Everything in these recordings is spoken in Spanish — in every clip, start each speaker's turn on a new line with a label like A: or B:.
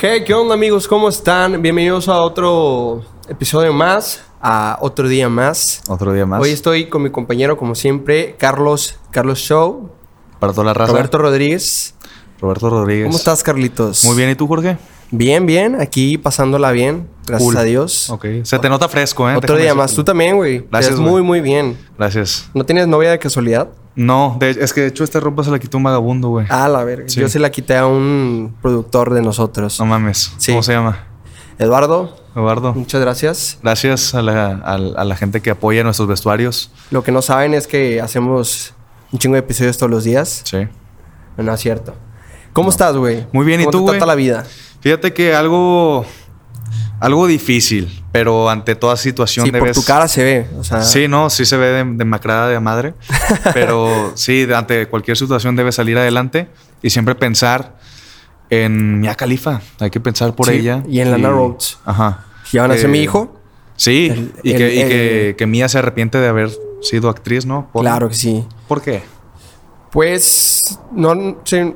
A: Hey, ¿qué onda amigos? ¿Cómo están? Bienvenidos a otro episodio más, a otro día más.
B: Otro día más.
A: Hoy estoy con mi compañero, como siempre, Carlos, Carlos Show,
B: Para toda la raza.
A: Roberto Rodríguez.
B: Roberto Rodríguez.
A: ¿Cómo estás, Carlitos?
B: Muy bien. ¿Y tú, Jorge?
A: Bien, bien, aquí pasándola bien, gracias
B: Cool.
A: a Dios.
B: Ok. Se te nota fresco, ¿eh?
A: Otro
B: Déjame
A: día
B: decirte.
A: más, tú también, güey. Te
B: Gracias,
A: ves
B: güey.
A: muy, muy bien.
B: Gracias.
A: ¿No tienes novia de casualidad?
B: No, de- es que de hecho esta ropa se la quitó un vagabundo, güey.
A: Ah, la verga.
B: Sí.
A: Yo se la quité a un productor de nosotros.
B: No mames.
A: Sí.
B: ¿Cómo se llama?
A: Eduardo,
B: Eduardo.
A: muchas gracias.
B: Gracias a la, a, a la gente que apoya nuestros vestuarios.
A: Lo que no saben es que hacemos un chingo de episodios todos los días.
B: Sí.
A: No es cierto. ¿Cómo estás, güey?
B: Muy bien, ¿y
A: ¿Cómo
B: tú,
A: te trata
B: güey?
A: la vida?
B: Fíjate que algo. Algo difícil, pero ante toda situación
A: Sí, por
B: debes.
A: tu cara se ve. O sea,
B: Sí, no, sí se ve de, de macrada de madre, pero sí, de- ante cualquier situación debe salir adelante y siempre pensar en Mia Califa. Hay que pensar por
A: Sí,
B: ella.
A: y en Lana Rhodes.
B: Ajá.
A: ya van a ser
B: Eh,
A: mi hijo.
B: Sí,
A: El-
B: y,
A: el-
B: que, y
A: el-
B: que- que Mia se arrepiente de haber sido actriz, ¿no? Por-
A: Claro que sí.
B: ¿Por qué?
A: Pues, no sé,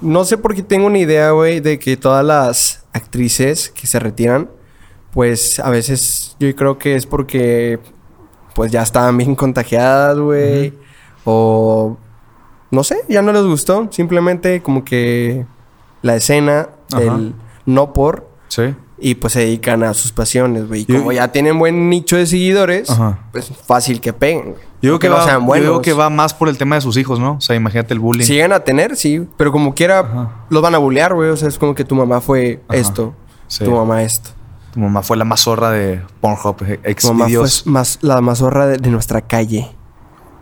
A: no sé por qué tengo una idea, güey, de que todas las actrices que se retiran, pues a veces yo creo que es porque, pues ya estaban bien contagiadas, güey, o no sé, ya no les gustó, simplemente como que la escena
B: Ajá.
A: del no por
B: Sí.
A: y pues se dedican a sus pasiones, güey. Y
B: Yo-
A: como ya tienen buen nicho de seguidores,
B: Ajá.
A: pues fácil que peguen. güey.
B: Yo creo
A: Aunque
B: que,
A: no
B: va,
A: sean
B: yo
A: buenos.
B: creo que va más por el tema de sus hijos, ¿no? O sea, imagínate el bullying.
A: Si llegan a tener, sí. Pero como quiera,
B: Ajá.
A: los van a bullear, güey. O sea, es como que tu mamá fue
B: Ajá.
A: esto.
B: Sí.
A: Tu mamá esto.
B: Tu mamá fue la más zorra de Pornhub, eh, ex
A: Tu mamá fue más, la mazorra de, de nuestra calle.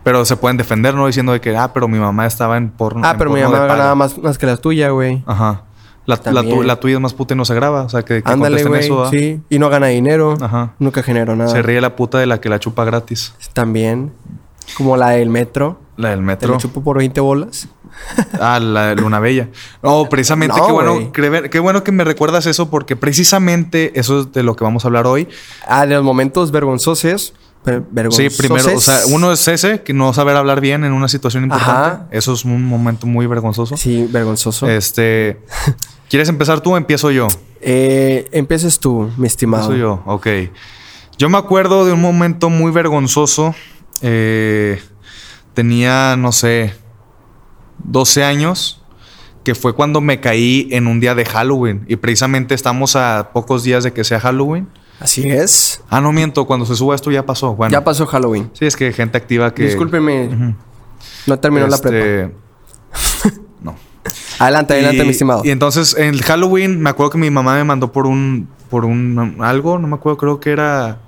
B: Pero se pueden defender, ¿no? Diciendo de que, ah, pero mi mamá estaba en porno.
A: Ah,
B: en
A: pero mi
B: porno de
A: mamá
B: paga".
A: ganaba más, más que la tuya, güey.
B: Ajá. La, la,
A: También.
B: tu- la tuya es más puta y no se graba. O sea, que, que
A: Ándale,
B: contesten
A: güey.
B: eso, ¿va?
A: Sí. Y no gana dinero.
B: Ajá.
A: Nunca generó nada.
B: Se ríe la puta de la que la chupa gratis.
A: También. Como la del metro.
B: La del
A: Te
B: metro.
A: lo chupo por 20 bolas.
B: Ah, la de Luna Bella. No, precisamente,
A: No,
B: qué, bueno,
A: güey.
B: cre- qué bueno que me recuerdas eso porque precisamente eso es de lo que vamos a hablar hoy.
A: Ah, de los momentos vergonzosos. ver-
B: Sí,
A: Vergonzosos.
B: primero, o sea, uno es ese, que no saber hablar bien en una situación importante.
A: Ajá.
B: Eso es un momento muy vergonzoso.
A: Sí, vergonzoso.
B: Este, ¿quieres empezar tú o empiezo yo?
A: Eh, empieces tú, mi estimado.
B: Soy yo, ok. Yo me acuerdo de un momento muy vergonzoso. Eh, tenía, no sé, 12 años, que fue cuando me caí en un día de Halloween. Y precisamente estamos a pocos días de que sea Halloween.
A: Así es.
B: Ah, no miento, cuando se suba esto ya pasó. Bueno,
A: Ya pasó Halloween.
B: Sí, es que gente activa que.
A: Discúlpeme. No terminó la
B: este,
A: prepa.
B: No.
A: Adelante, adelante,
B: Y-
A: mi estimado.
B: Y entonces en el Halloween me acuerdo que mi mamá me mandó por un por un algo, no me acuerdo, creo que era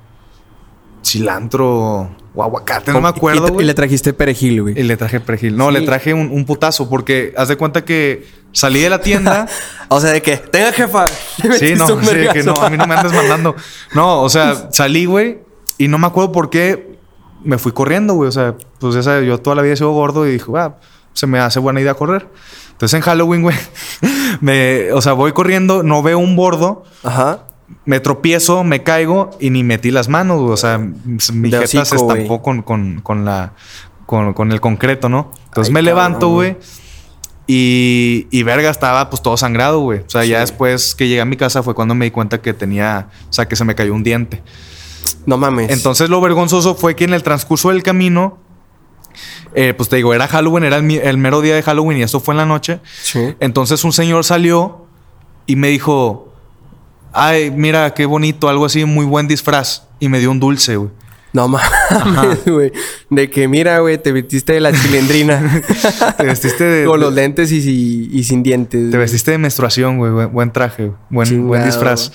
B: cilantro o aguacate, no me
A: Oh, Y-
B: acuerdo.
A: Y,
B: güey. Eh,
A: y le trajiste perejil, güey.
B: traje perejil. No,
A: Sí.
B: le traje un, un putazo porque haz de cuenta que salí de la tienda.
A: O sea, de que, tenga jefa. Le
B: sí,
A: metiste
B: no,
A: un
B: sí, de que
A: vergazo.
B: no, a mí no me andes mandando. No, o sea, salí, güey, y no me acuerdo por qué me fui corriendo, güey. O sea, pues ya sabes, yo toda la vida he sido gordo y dije, ah, se me hace buena idea correr. Entonces en Halloween, güey, me, o sea, voy corriendo, no veo un bordo,
A: Ajá.
B: me tropiezo, me caigo y ni metí las manos, güey. O sea, mi
A: De
B: jeta se
A: hocico, güey.
B: estampó con, con, con la, con, con el concreto, ¿no? Entonces
A: Ay,
B: me
A: cabrón.
B: levanto, güey. Y, y verga, estaba pues todo sangrado, güey. O sea, ya después que llegué a mi casa fue cuando me di cuenta que tenía, o sea, que se me cayó un diente.
A: No mames.
B: Entonces lo vergonzoso fue que en el transcurso del camino, eh, pues te digo, era Halloween, era el, mi- el mero día de Halloween y esto fue en la noche.
A: Sí.
B: Entonces un señor salió y me dijo, ay, mira, qué bonito, algo así, muy buen disfraz. Y me dio un dulce, güey.
A: No mames, güey. De que, mira, güey, te vestiste de la chilendrina.
B: Te vestiste de...
A: Con los
B: de-
A: lentes y, y- y sin dientes.
B: te vestiste de menstruación, güey. Buen, buen traje, güey. buen, buen
A: Chingado.
B: disfraz.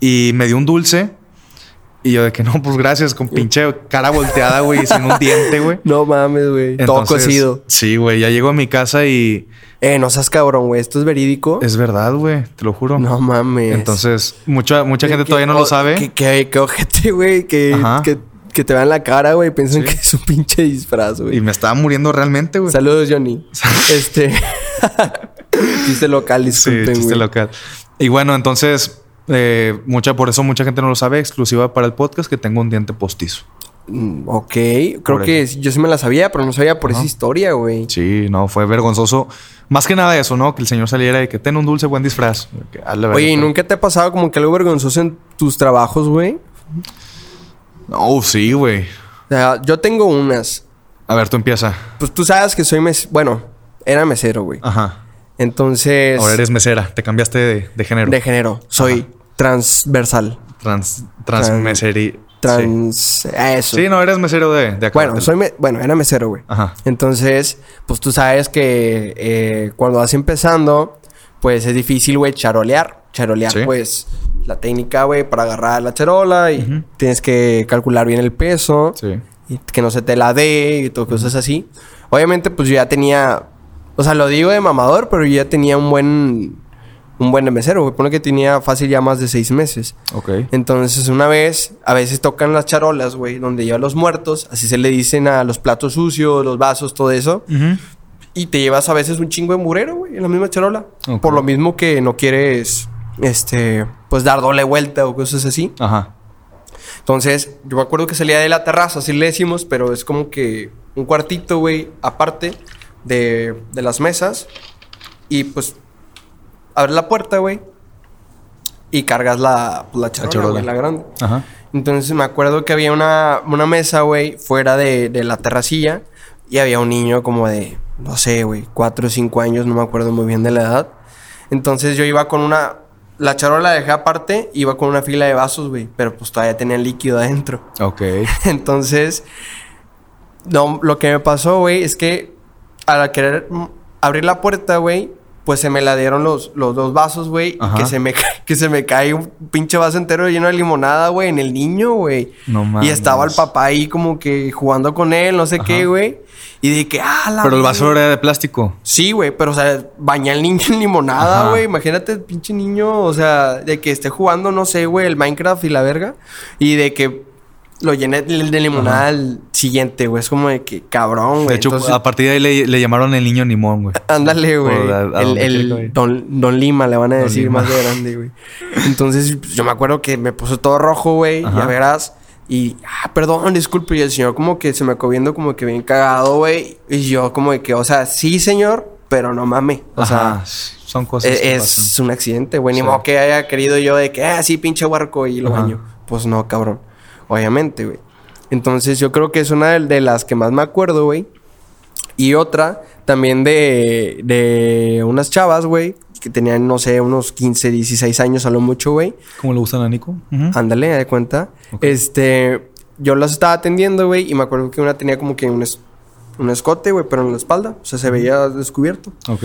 B: Y me dio un dulce. Y yo de que no, pues gracias, con pinche cara volteada, güey, y sin un diente, güey.
A: No mames, güey. Todo
B: Entonces,
A: cocido.
B: Sí, güey. Ya llego a mi casa y...
A: Eh, no seas cabrón, güey. ¿Esto es verídico?
B: Es verdad, güey. Te lo juro.
A: No mames.
B: Entonces, mucha, mucha gente
A: Que-
B: todavía no lo
A: o-
B: sabe.
A: Que, que, que ojete, güey. Que,
B: Ajá.
A: que, que te vean la cara, güey. Piensan
B: Sí.
A: que es un pinche disfraz,
B: Y
A: güey.
B: me estaba muriendo realmente, güey.
A: Saludos, Johnny. este. chiste local, disculpen,
B: sí,
A: güey.
B: chiste local. Y bueno, entonces, eh, mucha, por eso mucha gente no lo sabe, exclusiva para el podcast, que tengo un diente postizo.
A: Mm, Ok, creo que yo sí me la sabía, pero no sabía por esa historia, güey.
B: Sí, no, fue vergonzoso. Más que nada eso, ¿no? Que el señor saliera y que ten un dulce buen disfraz. Que, a la
A: Oye, ¿y
B: verga.
A: nunca te ha pasado como que algo vergonzoso en tus trabajos, güey?
B: No, sí, güey.
A: O sea, yo tengo unas.
B: A ver, tú empieza.
A: Pues tú sabes que soy mes... Bueno, era mesero, güey.
B: Ajá.
A: Entonces...
B: Ahora eres mesera. Te cambiaste de, de género.
A: De género. Soy transversal.
B: Trans, transmeseri. sí.
A: Trans... Eso.
B: Sí, no, eres mesero de, de Ah. acá.
A: Bueno, soy me- bueno, era mesero, güey.
B: Ajá.
A: Entonces, pues tú sabes que eh, cuando vas empezando, pues es difícil, güey, charolear. Charolear,
B: Sí.
A: pues, la técnica, güey, para agarrar la charola y
B: Ujú.
A: tienes que calcular bien el peso.
B: Sí.
A: Y que no se te la dé y todo, cosas así. Obviamente, pues yo ya tenía. O sea, lo digo de mamador, pero yo ya tenía un buen. Un buen mesero, güey. Pone que tenía fácil ya más de seis meses.
B: Ok.
A: Entonces, una vez, a veces tocan las charolas, güey, donde llevan los muertos. Así se le dicen a los platos sucios, los vasos, todo eso.
B: Ujú.
A: Y te llevas a veces un chingo de murero, güey, en la misma charola.
B: Ok.
A: Por lo mismo que no quieres, este, pues dar doble vuelta o cosas así.
B: Ajá.
A: Entonces, yo me acuerdo que salía de la terraza, así le decimos, pero es como que un cuartito, güey, aparte de, de las mesas. Y pues, abres la puerta, güey. Y cargas la, pues, la charola,
B: charola.
A: güey, la grande.
B: Ajá.
A: Entonces me acuerdo que había una, una mesa, güey, fuera de, de la terracilla. Y había un niño como de, no sé, güey, cuatro o cinco años, no me acuerdo muy bien de la edad. Entonces yo iba con una... La charola la dejé aparte, iba con una fila de vasos, güey. Pero pues todavía tenía líquido adentro.
B: Ok.
A: Entonces, no, lo que me pasó, güey, es que al querer mm, abrir la puerta, güey, pues se me la dieron los, los dos vasos, güey, y
B: Ajá.
A: que se, me, ca- que se me cae un pinche vaso entero lleno de limonada, güey, en el niño, güey.
B: No
A: Y
B: mames.
A: estaba el papá ahí como que jugando con él, no sé qué,
B: Ajá.
A: güey. Y de que, ah, la
B: Pero el vaso
A: verga".
B: era de plástico.
A: Sí, güey, pero o sea, bañar al niño en limonada,
B: Ajá.
A: güey. Imagínate el pinche niño, o sea, de que esté jugando, no sé, güey, el Minecraft y la verga. Y de que lo llene de de limonada al siguiente, güey. Es como de que cabrón, güey.
B: De hecho,
A: Entonces,
B: a partir de ahí le, le llamaron el niño Nimón, güey.
A: ándale, güey.
B: Por a- a
A: El,
B: donde
A: el
B: quiera que vaya.
A: don, don Lima le van a
B: Don
A: decir
B: Lima.
A: más de grande, güey. Entonces, pues, yo me acuerdo que me puso todo rojo, güey.
B: Ajá.
A: Ya verás. Y, ah, perdón, disculpe. Y el señor como que se me acabó viendo como que bien cagado, güey. Y yo como de que, o sea, sí, señor, pero no mame. O sea...
B: Ajá. Son cosas
A: Eh,
B: que
A: es,
B: pasan.
A: un accidente, güey. Ni
B: Sí.
A: modo que haya querido yo de que, ah, sí, pinche huarco y lo
B: Ajá.
A: baño. Pues no, cabrón. Obviamente, güey. Entonces, yo creo que es una de, de las que más me acuerdo, güey. Y otra también de, de unas chavas, güey, que tenían, no sé, unos 15, 16 años a lo mucho, güey.
B: ¿Cómo le gustan a Nico? Ah, Ujú.
A: Ándale, haz de cuenta. Este, yo las estaba atendiendo, güey, y me acuerdo que una tenía como que un, es- un escote, güey, pero en la espalda. O sea, se veía descubierto.
B: Ok.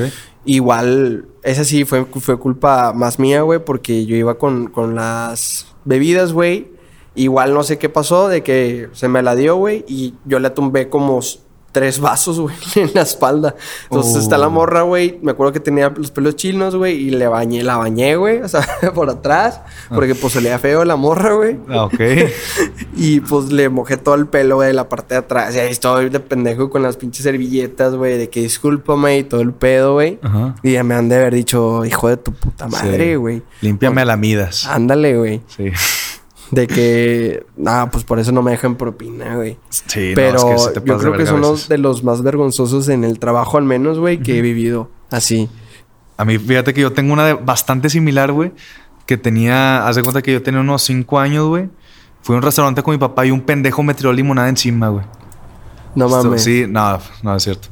A: Igual, esa sí fue, fue culpa más mía, güey, porque yo iba con, con las bebidas, güey. Igual no sé qué pasó, de que se me la dio, güey, y yo la tumbé como s- tres vasos, güey, en la espalda. Entonces
B: Oh.
A: está la morra, güey. Me acuerdo que tenía los pelos chinos, güey, y le bañé, la bañé, güey, o sea, por atrás, porque pues se le da feo la morra, güey.
B: Ah, ok.
A: Y pues le mojé todo el pelo, güey, de la parte de atrás. Y ahí estoy de pendejo con las pinches servilletas, güey, de que discúlpame y todo el pedo, güey.
B: Ajá.
A: Y ya me han de haber dicho, hijo de tu puta
B: Sí.
A: madre, güey.
B: Límpiame a la Midas.
A: Ándale, güey.
B: Sí.
A: De que, ah, pues por eso no me dejan propina, güey.
B: Sí, no,
A: Pero
B: es que sí
A: yo
B: te pasas de
A: creo que
B: verga
A: son
B: a
A: los
B: veces.
A: de los más vergonzosos en el trabajo, al menos, güey, que he vivido así.
B: A mí, fíjate que yo tengo una de- bastante similar, güey. Que tenía... Haz de cuenta que yo tenía unos 5 años, güey. Fui a un restaurante con mi papá y un pendejo me tiró limonada encima, güey.
A: No
B: Esto-
A: mames.
B: Sí, no, no es cierto.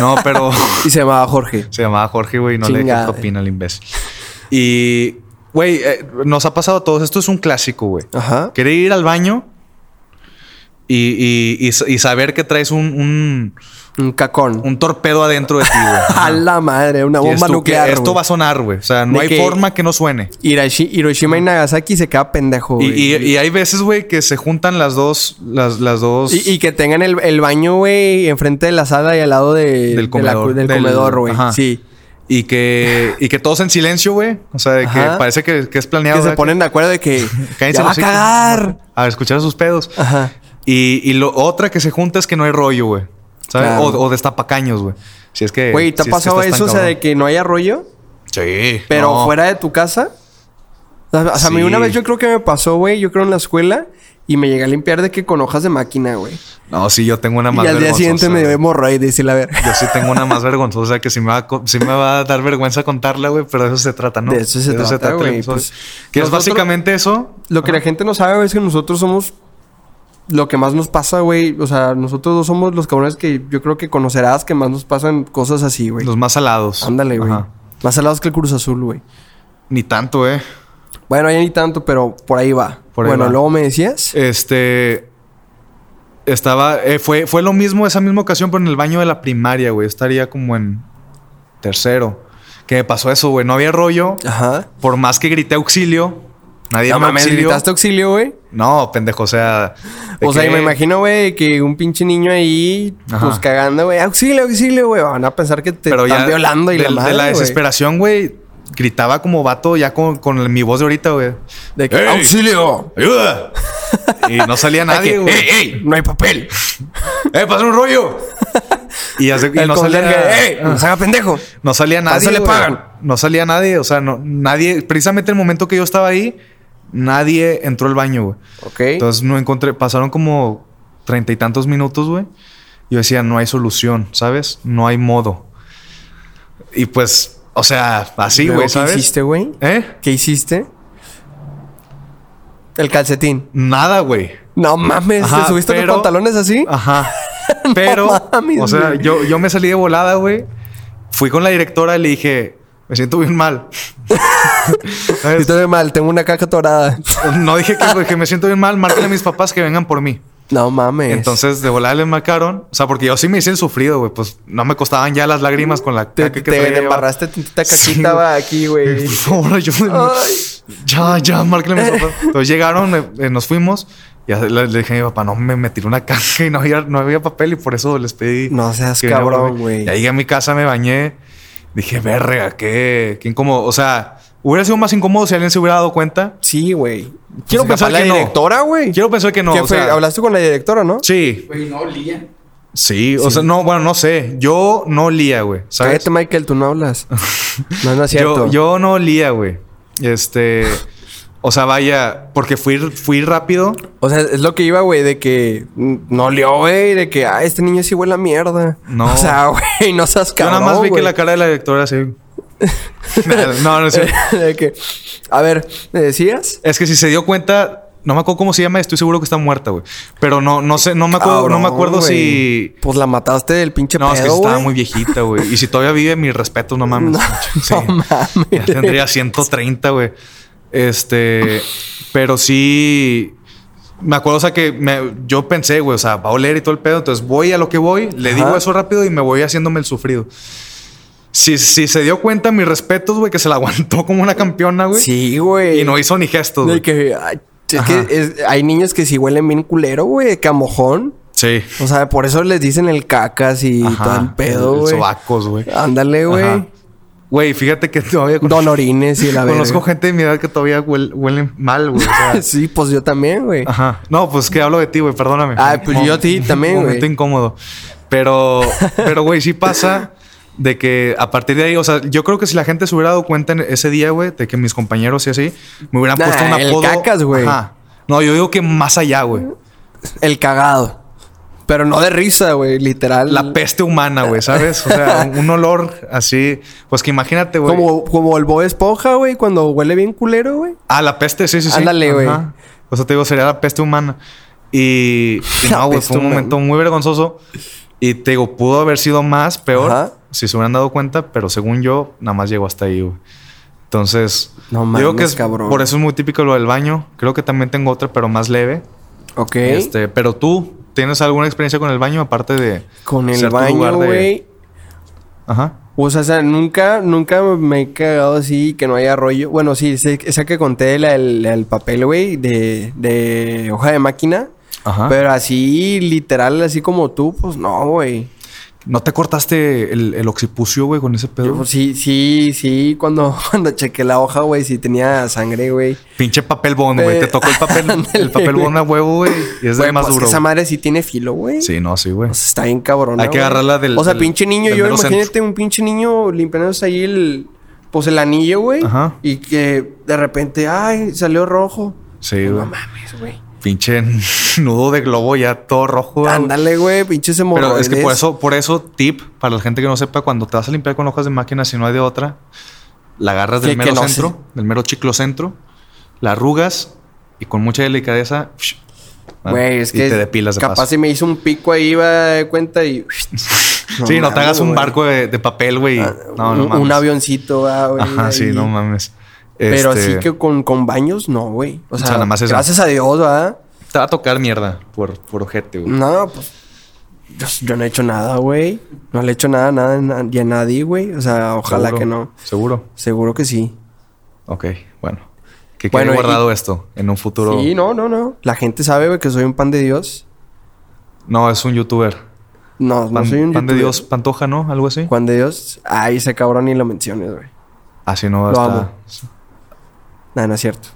B: No, pero...
A: Y se llamaba Jorge.
B: Se llamaba Jorge, güey, no le dejé
A: Chingada.
B: propina al imbécil. Y, güey, eh, nos ha pasado a todos. Esto es un clásico, güey.
A: Ajá.
B: Querer ir al baño y, y- y sa- y saber que traes un, un,
A: Un cacón.
B: un torpedo adentro de ti, güey.
A: A la madre, una
B: Y es
A: bomba
B: tú que
A: nuclear.
B: esto
A: güey.
B: va a sonar, güey. O sea, no
A: De
B: hay
A: que-
B: forma que no suene.
A: Hirashi- Hiroshima y Nagasaki se queda pendejo,
B: Y,
A: güey.
B: y- y hay veces, güey, que se juntan las dos, las, las dos
A: Y, y que tengan el, el baño, güey, enfrente de la sala y al lado de-
B: Del
A: de la cu-
B: comedor.
A: del
B: Del-
A: comedor, güey.
B: ajá.
A: Sí.
B: y que, y que todos en silencio, güey. O sea, de que
A: Ajá.
B: parece que, que es planeado.
A: Que se
B: ¿verdad?
A: ponen de acuerdo de que
B: Cállense
A: ya va a
B: los hocicos.
A: cagar.
B: A escuchar sus pedos.
A: Ajá.
B: Y, y lo otra que se junta es que no hay rollo, güey. ¿Sabes?
A: Claro.
B: O, o destapacaños, güey. Si es que.
A: Güey, ¿te ha
B: si es que
A: pasado
B: estás
A: eso?
B: tan
A: O sea,
B: cabrón.
A: de que no haya rollo,
B: Sí.
A: pero
B: no.
A: fuera de tu casa. O sea, a mí una
B: Sí.
A: vez yo creo que me pasó, güey, yo creo en la escuela, Y me llegué a limpiar de que con hojas de máquina, güey.
B: No, sí, yo tengo una más
A: y al día
B: vergonzosa.
A: siguiente me dio hemorroides y la ver.
B: Yo sí tengo una más vergonzosa que sí me va a, co- sí me va a dar vergüenza contarla, güey, pero de eso se trata, ¿no?
A: De eso se trata,
B: el
A: güey,
B: episodio.
A: pues,
B: que es
A: nosotros-
B: básicamente eso.
A: Lo que la gente no sabe es que nosotros somos lo que más nos pasa, güey. O sea, nosotros dos somos los cabrones que yo creo que conocerás que más nos pasan cosas así, güey.
B: Los más alados.
A: Ándale, güey.
B: Ajá.
A: Más alados que el Cruz Azul, güey.
B: Ni tanto, eh.
A: Bueno, ya ni tanto, pero por ahí va.
B: Por ahí
A: bueno,
B: va.
A: luego me decías.
B: Este. Estaba. eh, fue, fue lo mismo, esa misma ocasión, pero en el baño de la primaria, güey. Estaría como en tercero. Que me pasó eso, güey. No había rollo.
A: Ajá.
B: Por más que grité auxilio, nadie
A: No
B: me
A: mames,
B: auxilió.
A: gritaste auxilio, güey.
B: No, pendejo, o sea. de
A: O sea, y
B: que-
A: me imagino, güey, que un pinche niño ahí,
B: Ajá.
A: pues cagando, güey, auxilio, auxilio, güey. Van a pensar que te están violando y
B: de,
A: la madre.
B: de la
A: güey.
B: desesperación, güey, gritaba como vato ya con, con el- mi voz de ahorita, güey.
A: De que,
B: ¡Ey!
A: auxilio.
B: ¡Ayuda! y no salía nadie,
A: De
B: güey.
A: que, eh, ¡Ey, ey! No hay papel.
B: ¡Eh, pasa un rollo! y, hace- y
A: El
B: no
A: conserje, eh,
B: salía...
A: ¡Ey! ¡No se haga pendejo!
B: No salía
A: Para
B: nadie.
A: eso le
B: güey.
A: pagan.
B: No salía nadie. O sea, no, nadie. Precisamente el momento que yo estaba ahí, nadie entró al baño, güey.
A: Ok.
B: Entonces no encontré. Pasaron como treinta y tantos minutos, güey. Yo decía, no hay solución, ¿sabes? No hay modo. Y pues, o sea, así,
A: Luego,
B: güey,
A: ¿Qué
B: ¿sabes?
A: hiciste, güey?
B: ¿Eh?
A: ¿Qué hiciste? El calcetín.
B: Nada, güey.
A: No mames,
B: Ajá,
A: ¿te subiste
B: pero- Ah,
A: los pantalones así?
B: Ajá. Pero,
A: mames,
B: o sea,
A: güey.
B: yo, yo me salí de volada, güey. Fui con la directora y le dije, me siento bien mal.
A: Yo
B: ¿Sabes?
A: estoy mal, tengo una caja torada.
B: No dije que, que me siento bien mal, márquenle a mis papás que vengan por mí.
A: No mames.
B: Entonces, de volada les marcaron. O sea, porque yo sí me hice el sufrido, güey. Pues no me costaban ya las lágrimas con la
A: te,
B: caca
A: te
B: traía.
A: embarraste tantita caquita
B: Sí,
A: va, aquí, güey.
B: Por favor, ayúdenme. Ya, ya, márquenle a mis papás. Entonces llegaron, eh, eh, nos fuimos. Y ya le, le dije a mi papá, no, me, me tiró una caja y no había, no había papel. Y por eso les pedí...
A: No seas
B: que vinieran por
A: cabrón,
B: mí.
A: güey.
B: Ya llegué a mi casa, me bañé. Dije, verga, qué, qué incómodo. O sea, hubiera sido más incómodo si alguien se hubiera dado cuenta.
A: Sí, güey. Quiero
B: capaz
A: pensar
B: la
A: que la
B: directora,
A: directora, güey.
B: Quiero pensar que no.
A: ¿Qué
B: o
A: fue?
B: sea,
A: Hablaste con la directora, ¿no?
B: Sí,
C: Güey, no olía.
B: Sí, o sea, no, bueno, no sé. Yo no olía, güey. ¿Sabes?
A: Cállate, Michael, tú no hablas. no, no es cierto.
B: yo, yo no olía, güey. Este. O sea, vaya, porque fui, fui rápido.
A: O sea, es lo que iba, güey, de que mm, no leo, güey, de que, ah, este niño sí huele a mierda.
B: No.
A: O sea, güey, no seas
B: yo
A: cabrón.
B: nada más vi que
A: güey.
B: la cara de la directora así. no, no sé.
A: de que, a ver, ¿me decías?
B: Es que si se dio cuenta, no me acuerdo cómo se llama, estoy seguro que está muerta, güey. Pero no, no sé, no me acuerdo, no me
A: Cabrón,
B: acuerdo
A: güey.
B: si.
A: Pues la mataste del pinche
B: No,
A: pedo,
B: es que estaba
A: güey.
B: muy viejita, güey. Y si todavía vive, mis respetos, no mames. Sí.
A: No mames.
B: Ya tendría 130, güey. Este, pero sí. Me acuerdo, o sea, que me- yo pensé, güey, o sea, va a oler y todo el pedo. Entonces voy a lo que voy, le
A: Ajá.
B: digo eso rápido y me voy haciéndome el sufrido. Si, si se dio cuenta, mis respetos, güey, que se la aguantó como una campeona, güey.
A: Sí, güey.
B: Y no hizo ni gestos,
A: De
B: güey.
A: que, ay, es
B: Ajá.
A: que es- hay niños que sí huelen bien culero, güey, camojón.
B: Sí.
A: O sea, por eso les dicen el cacas y
B: Ajá.
A: todo el pedo,
B: El- el
A: güey.
B: Sobacos, güey.
A: Ándale,
B: Ajá.
A: güey.
B: Güey, fíjate que todavía con-
A: Donorines y la verga.
B: conozco gente de mi edad que todavía huel- huelen mal, güey. o sea.
A: Sí, pues yo también, güey.
B: Ajá. No, pues que hablo de ti, güey, perdóname.
A: Ah, pues
B: Mo-
A: yo a ti también, güey.
B: Momento incómodo. Pero, pero, güey, sí pasa de que a partir de ahí, o sea, yo creo que si la gente se hubiera dado cuenta en ese día, güey, de que mis compañeros y así, me hubieran
A: Nah,
B: puesto un
A: el
B: apodo.
A: cacas, güey.
B: Ajá. No, yo digo que más allá, güey.
A: El cagado. Pero no de risa, güey, literal.
B: La peste humana, güey, ¿sabes? O sea, un, un olor así. Pues que imagínate, güey.
A: Como, como el Bob Esponja, güey, cuando huele bien culero, güey.
B: Ah, la peste, sí, sí, sí.
A: Ándale, güey.
B: Ajá. O sea, te digo, sería la peste humana. Y, y
A: La
B: no, güey,
A: peste
B: fue un
A: humana.
B: momento muy vergonzoso. Y te digo, pudo haber sido más, peor,
A: Ajá.
B: si se hubieran dado cuenta, pero según yo, nada más llegó hasta ahí, güey. Entonces,
A: No
B: digo
A: mames,
B: que es,
A: cabrón.
B: por eso es muy típico lo del baño. Creo que también tengo otra, pero más leve.
A: Ok.
B: Este, pero tú, ¿tienes alguna experiencia con el baño aparte de
A: Con el
B: ser tu lugar
A: baño,
B: de-
A: güey.
B: Ajá.
A: O sea, o sea, nunca, nunca me he cagado así que no haya rollo. Bueno, sí, sé- esa que conté, la del la del papel, güey, de, de hoja de máquina.
B: Ajá.
A: Pero así, literal, así como tú, pues no, güey.
B: ¿No te cortaste el, el occipucio, güey, con ese pedo?
A: Yo, pues, sí, sí, sí, cuando, cuando chequé la hoja, güey, sí tenía sangre, güey.
B: Pinche papel bond, güey.
A: Eh,
B: Te tocó el papel,
A: ándale,
B: el papel bond a huevo, güey. Y es
A: Güey,
B: del más
A: pues,
B: duro.
A: Esa
B: güey.
A: madre Pues, sí tiene filo, güey.
B: Sí, no, sí, güey.
A: O sea, está bien cabrona.
B: Hay que
A: güey.
B: agarrarla del-
A: O sea,
B: del-
A: pinche niño,
B: del
A: yo
B: mero
A: imagínate
B: centro.
A: un pinche niño limpiándose ahí el. Pues el anillo, güey.
B: Ajá.
A: Y que de repente, ay, salió rojo.
B: Sí,
A: Pues No
B: güey.
A: mames, güey.
B: pinche nudo de globo ya todo rojo. güey.
A: Ándale, güey, pinches hemorroides.
B: Pues, Pero es que por eso, por eso, tip, para la gente que no sepa, cuando te vas a limpiar con hojas de máquina, si no hay de otra, la agarras
A: Sí,
B: del
A: que
B: mero
A: no
B: centro,
A: sé.
B: del mero chiclo centro, la arrugas y con mucha delicadeza. psh, ah,
A: Güey, es
B: y
A: que
B: te depilas de
A: capaz
B: paso.
A: si me hizo un pico ahí, iba de cuenta y...
B: sí, no te
A: mames,
B: hagas un
A: güey.
B: barco de, de papel, güey.
A: Ah,
B: No, no
A: un,
B: mames.
A: un avioncito, va, güey.
B: Ajá, sí,
A: ahí.
B: no mames.
A: Pero
B: Este,
A: así que con, con baños, no, güey. O
B: O
A: sea,
B: sea, nada más eso.
A: gracias a Dios, va.
B: Te va a tocar mierda por, por ojete, güey.
A: No, pues... Yo, yo no he hecho nada, güey. No le he hecho nada, nada, na- y a nadie, güey. O sea, ojalá
B: Seguro,
A: que no.
B: Seguro.
A: Seguro que sí.
B: Ok, bueno. Que
A: Bueno,
B: quede
A: y-
B: guardado esto en un futuro.
A: Sí, no, no, no. La gente sabe, güey, que soy un pan de Dios.
B: No, es un youtuber.
A: No, no
B: Pan,
A: soy un
B: pan de
A: youtuber.
B: Dios, Pantoja, ¿no? Algo así.
A: Juan de Dios. Ay, ese cabrón ni lo menciones, güey.
B: Así Ah, no
A: Lo
B: está.
A: amo. Nada, no es cierto.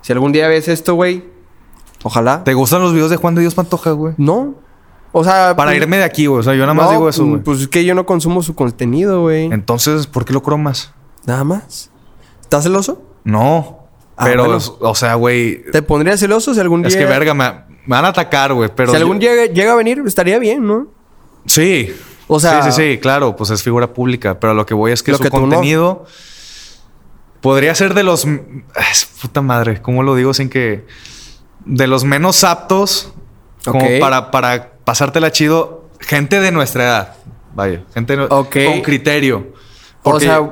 A: Si algún día ves esto, güey, ojalá.
B: ¿Te gustan los videos de Juan de Dios Pantoja, güey?
A: No. O sea.
B: Para
A: pues,
B: irme de aquí, güey. O sea, yo nada más
A: no,
B: digo eso, güey.
A: Pues es que yo no consumo su contenido, güey.
B: Entonces, ¿por qué lo cromas?
A: Nada más. ¿Estás celoso?
B: No.
A: Ah,
B: pero,
A: bueno.
B: o sea, güey.
A: ¿Te pondrías celoso si algún día.
B: Es que verga, me, me van a atacar, güey. Pero.
A: si algún
B: yo-
A: día llega a venir, estaría bien, ¿no?
B: Sí.
A: O sea-
B: Sí, sí, sí, claro, pues es figura pública. Pero lo que voy es que
A: Lo
B: su
A: que tú no.
B: contenido podría ser de los. Es puta madre, ¿cómo lo digo sin que. De los menos aptos como
A: Ok.
B: para, para pasártela chido, gente de nuestra edad. Vaya, gente no-
A: Ok.
B: con criterio.
A: O
B: Porque-
A: sea,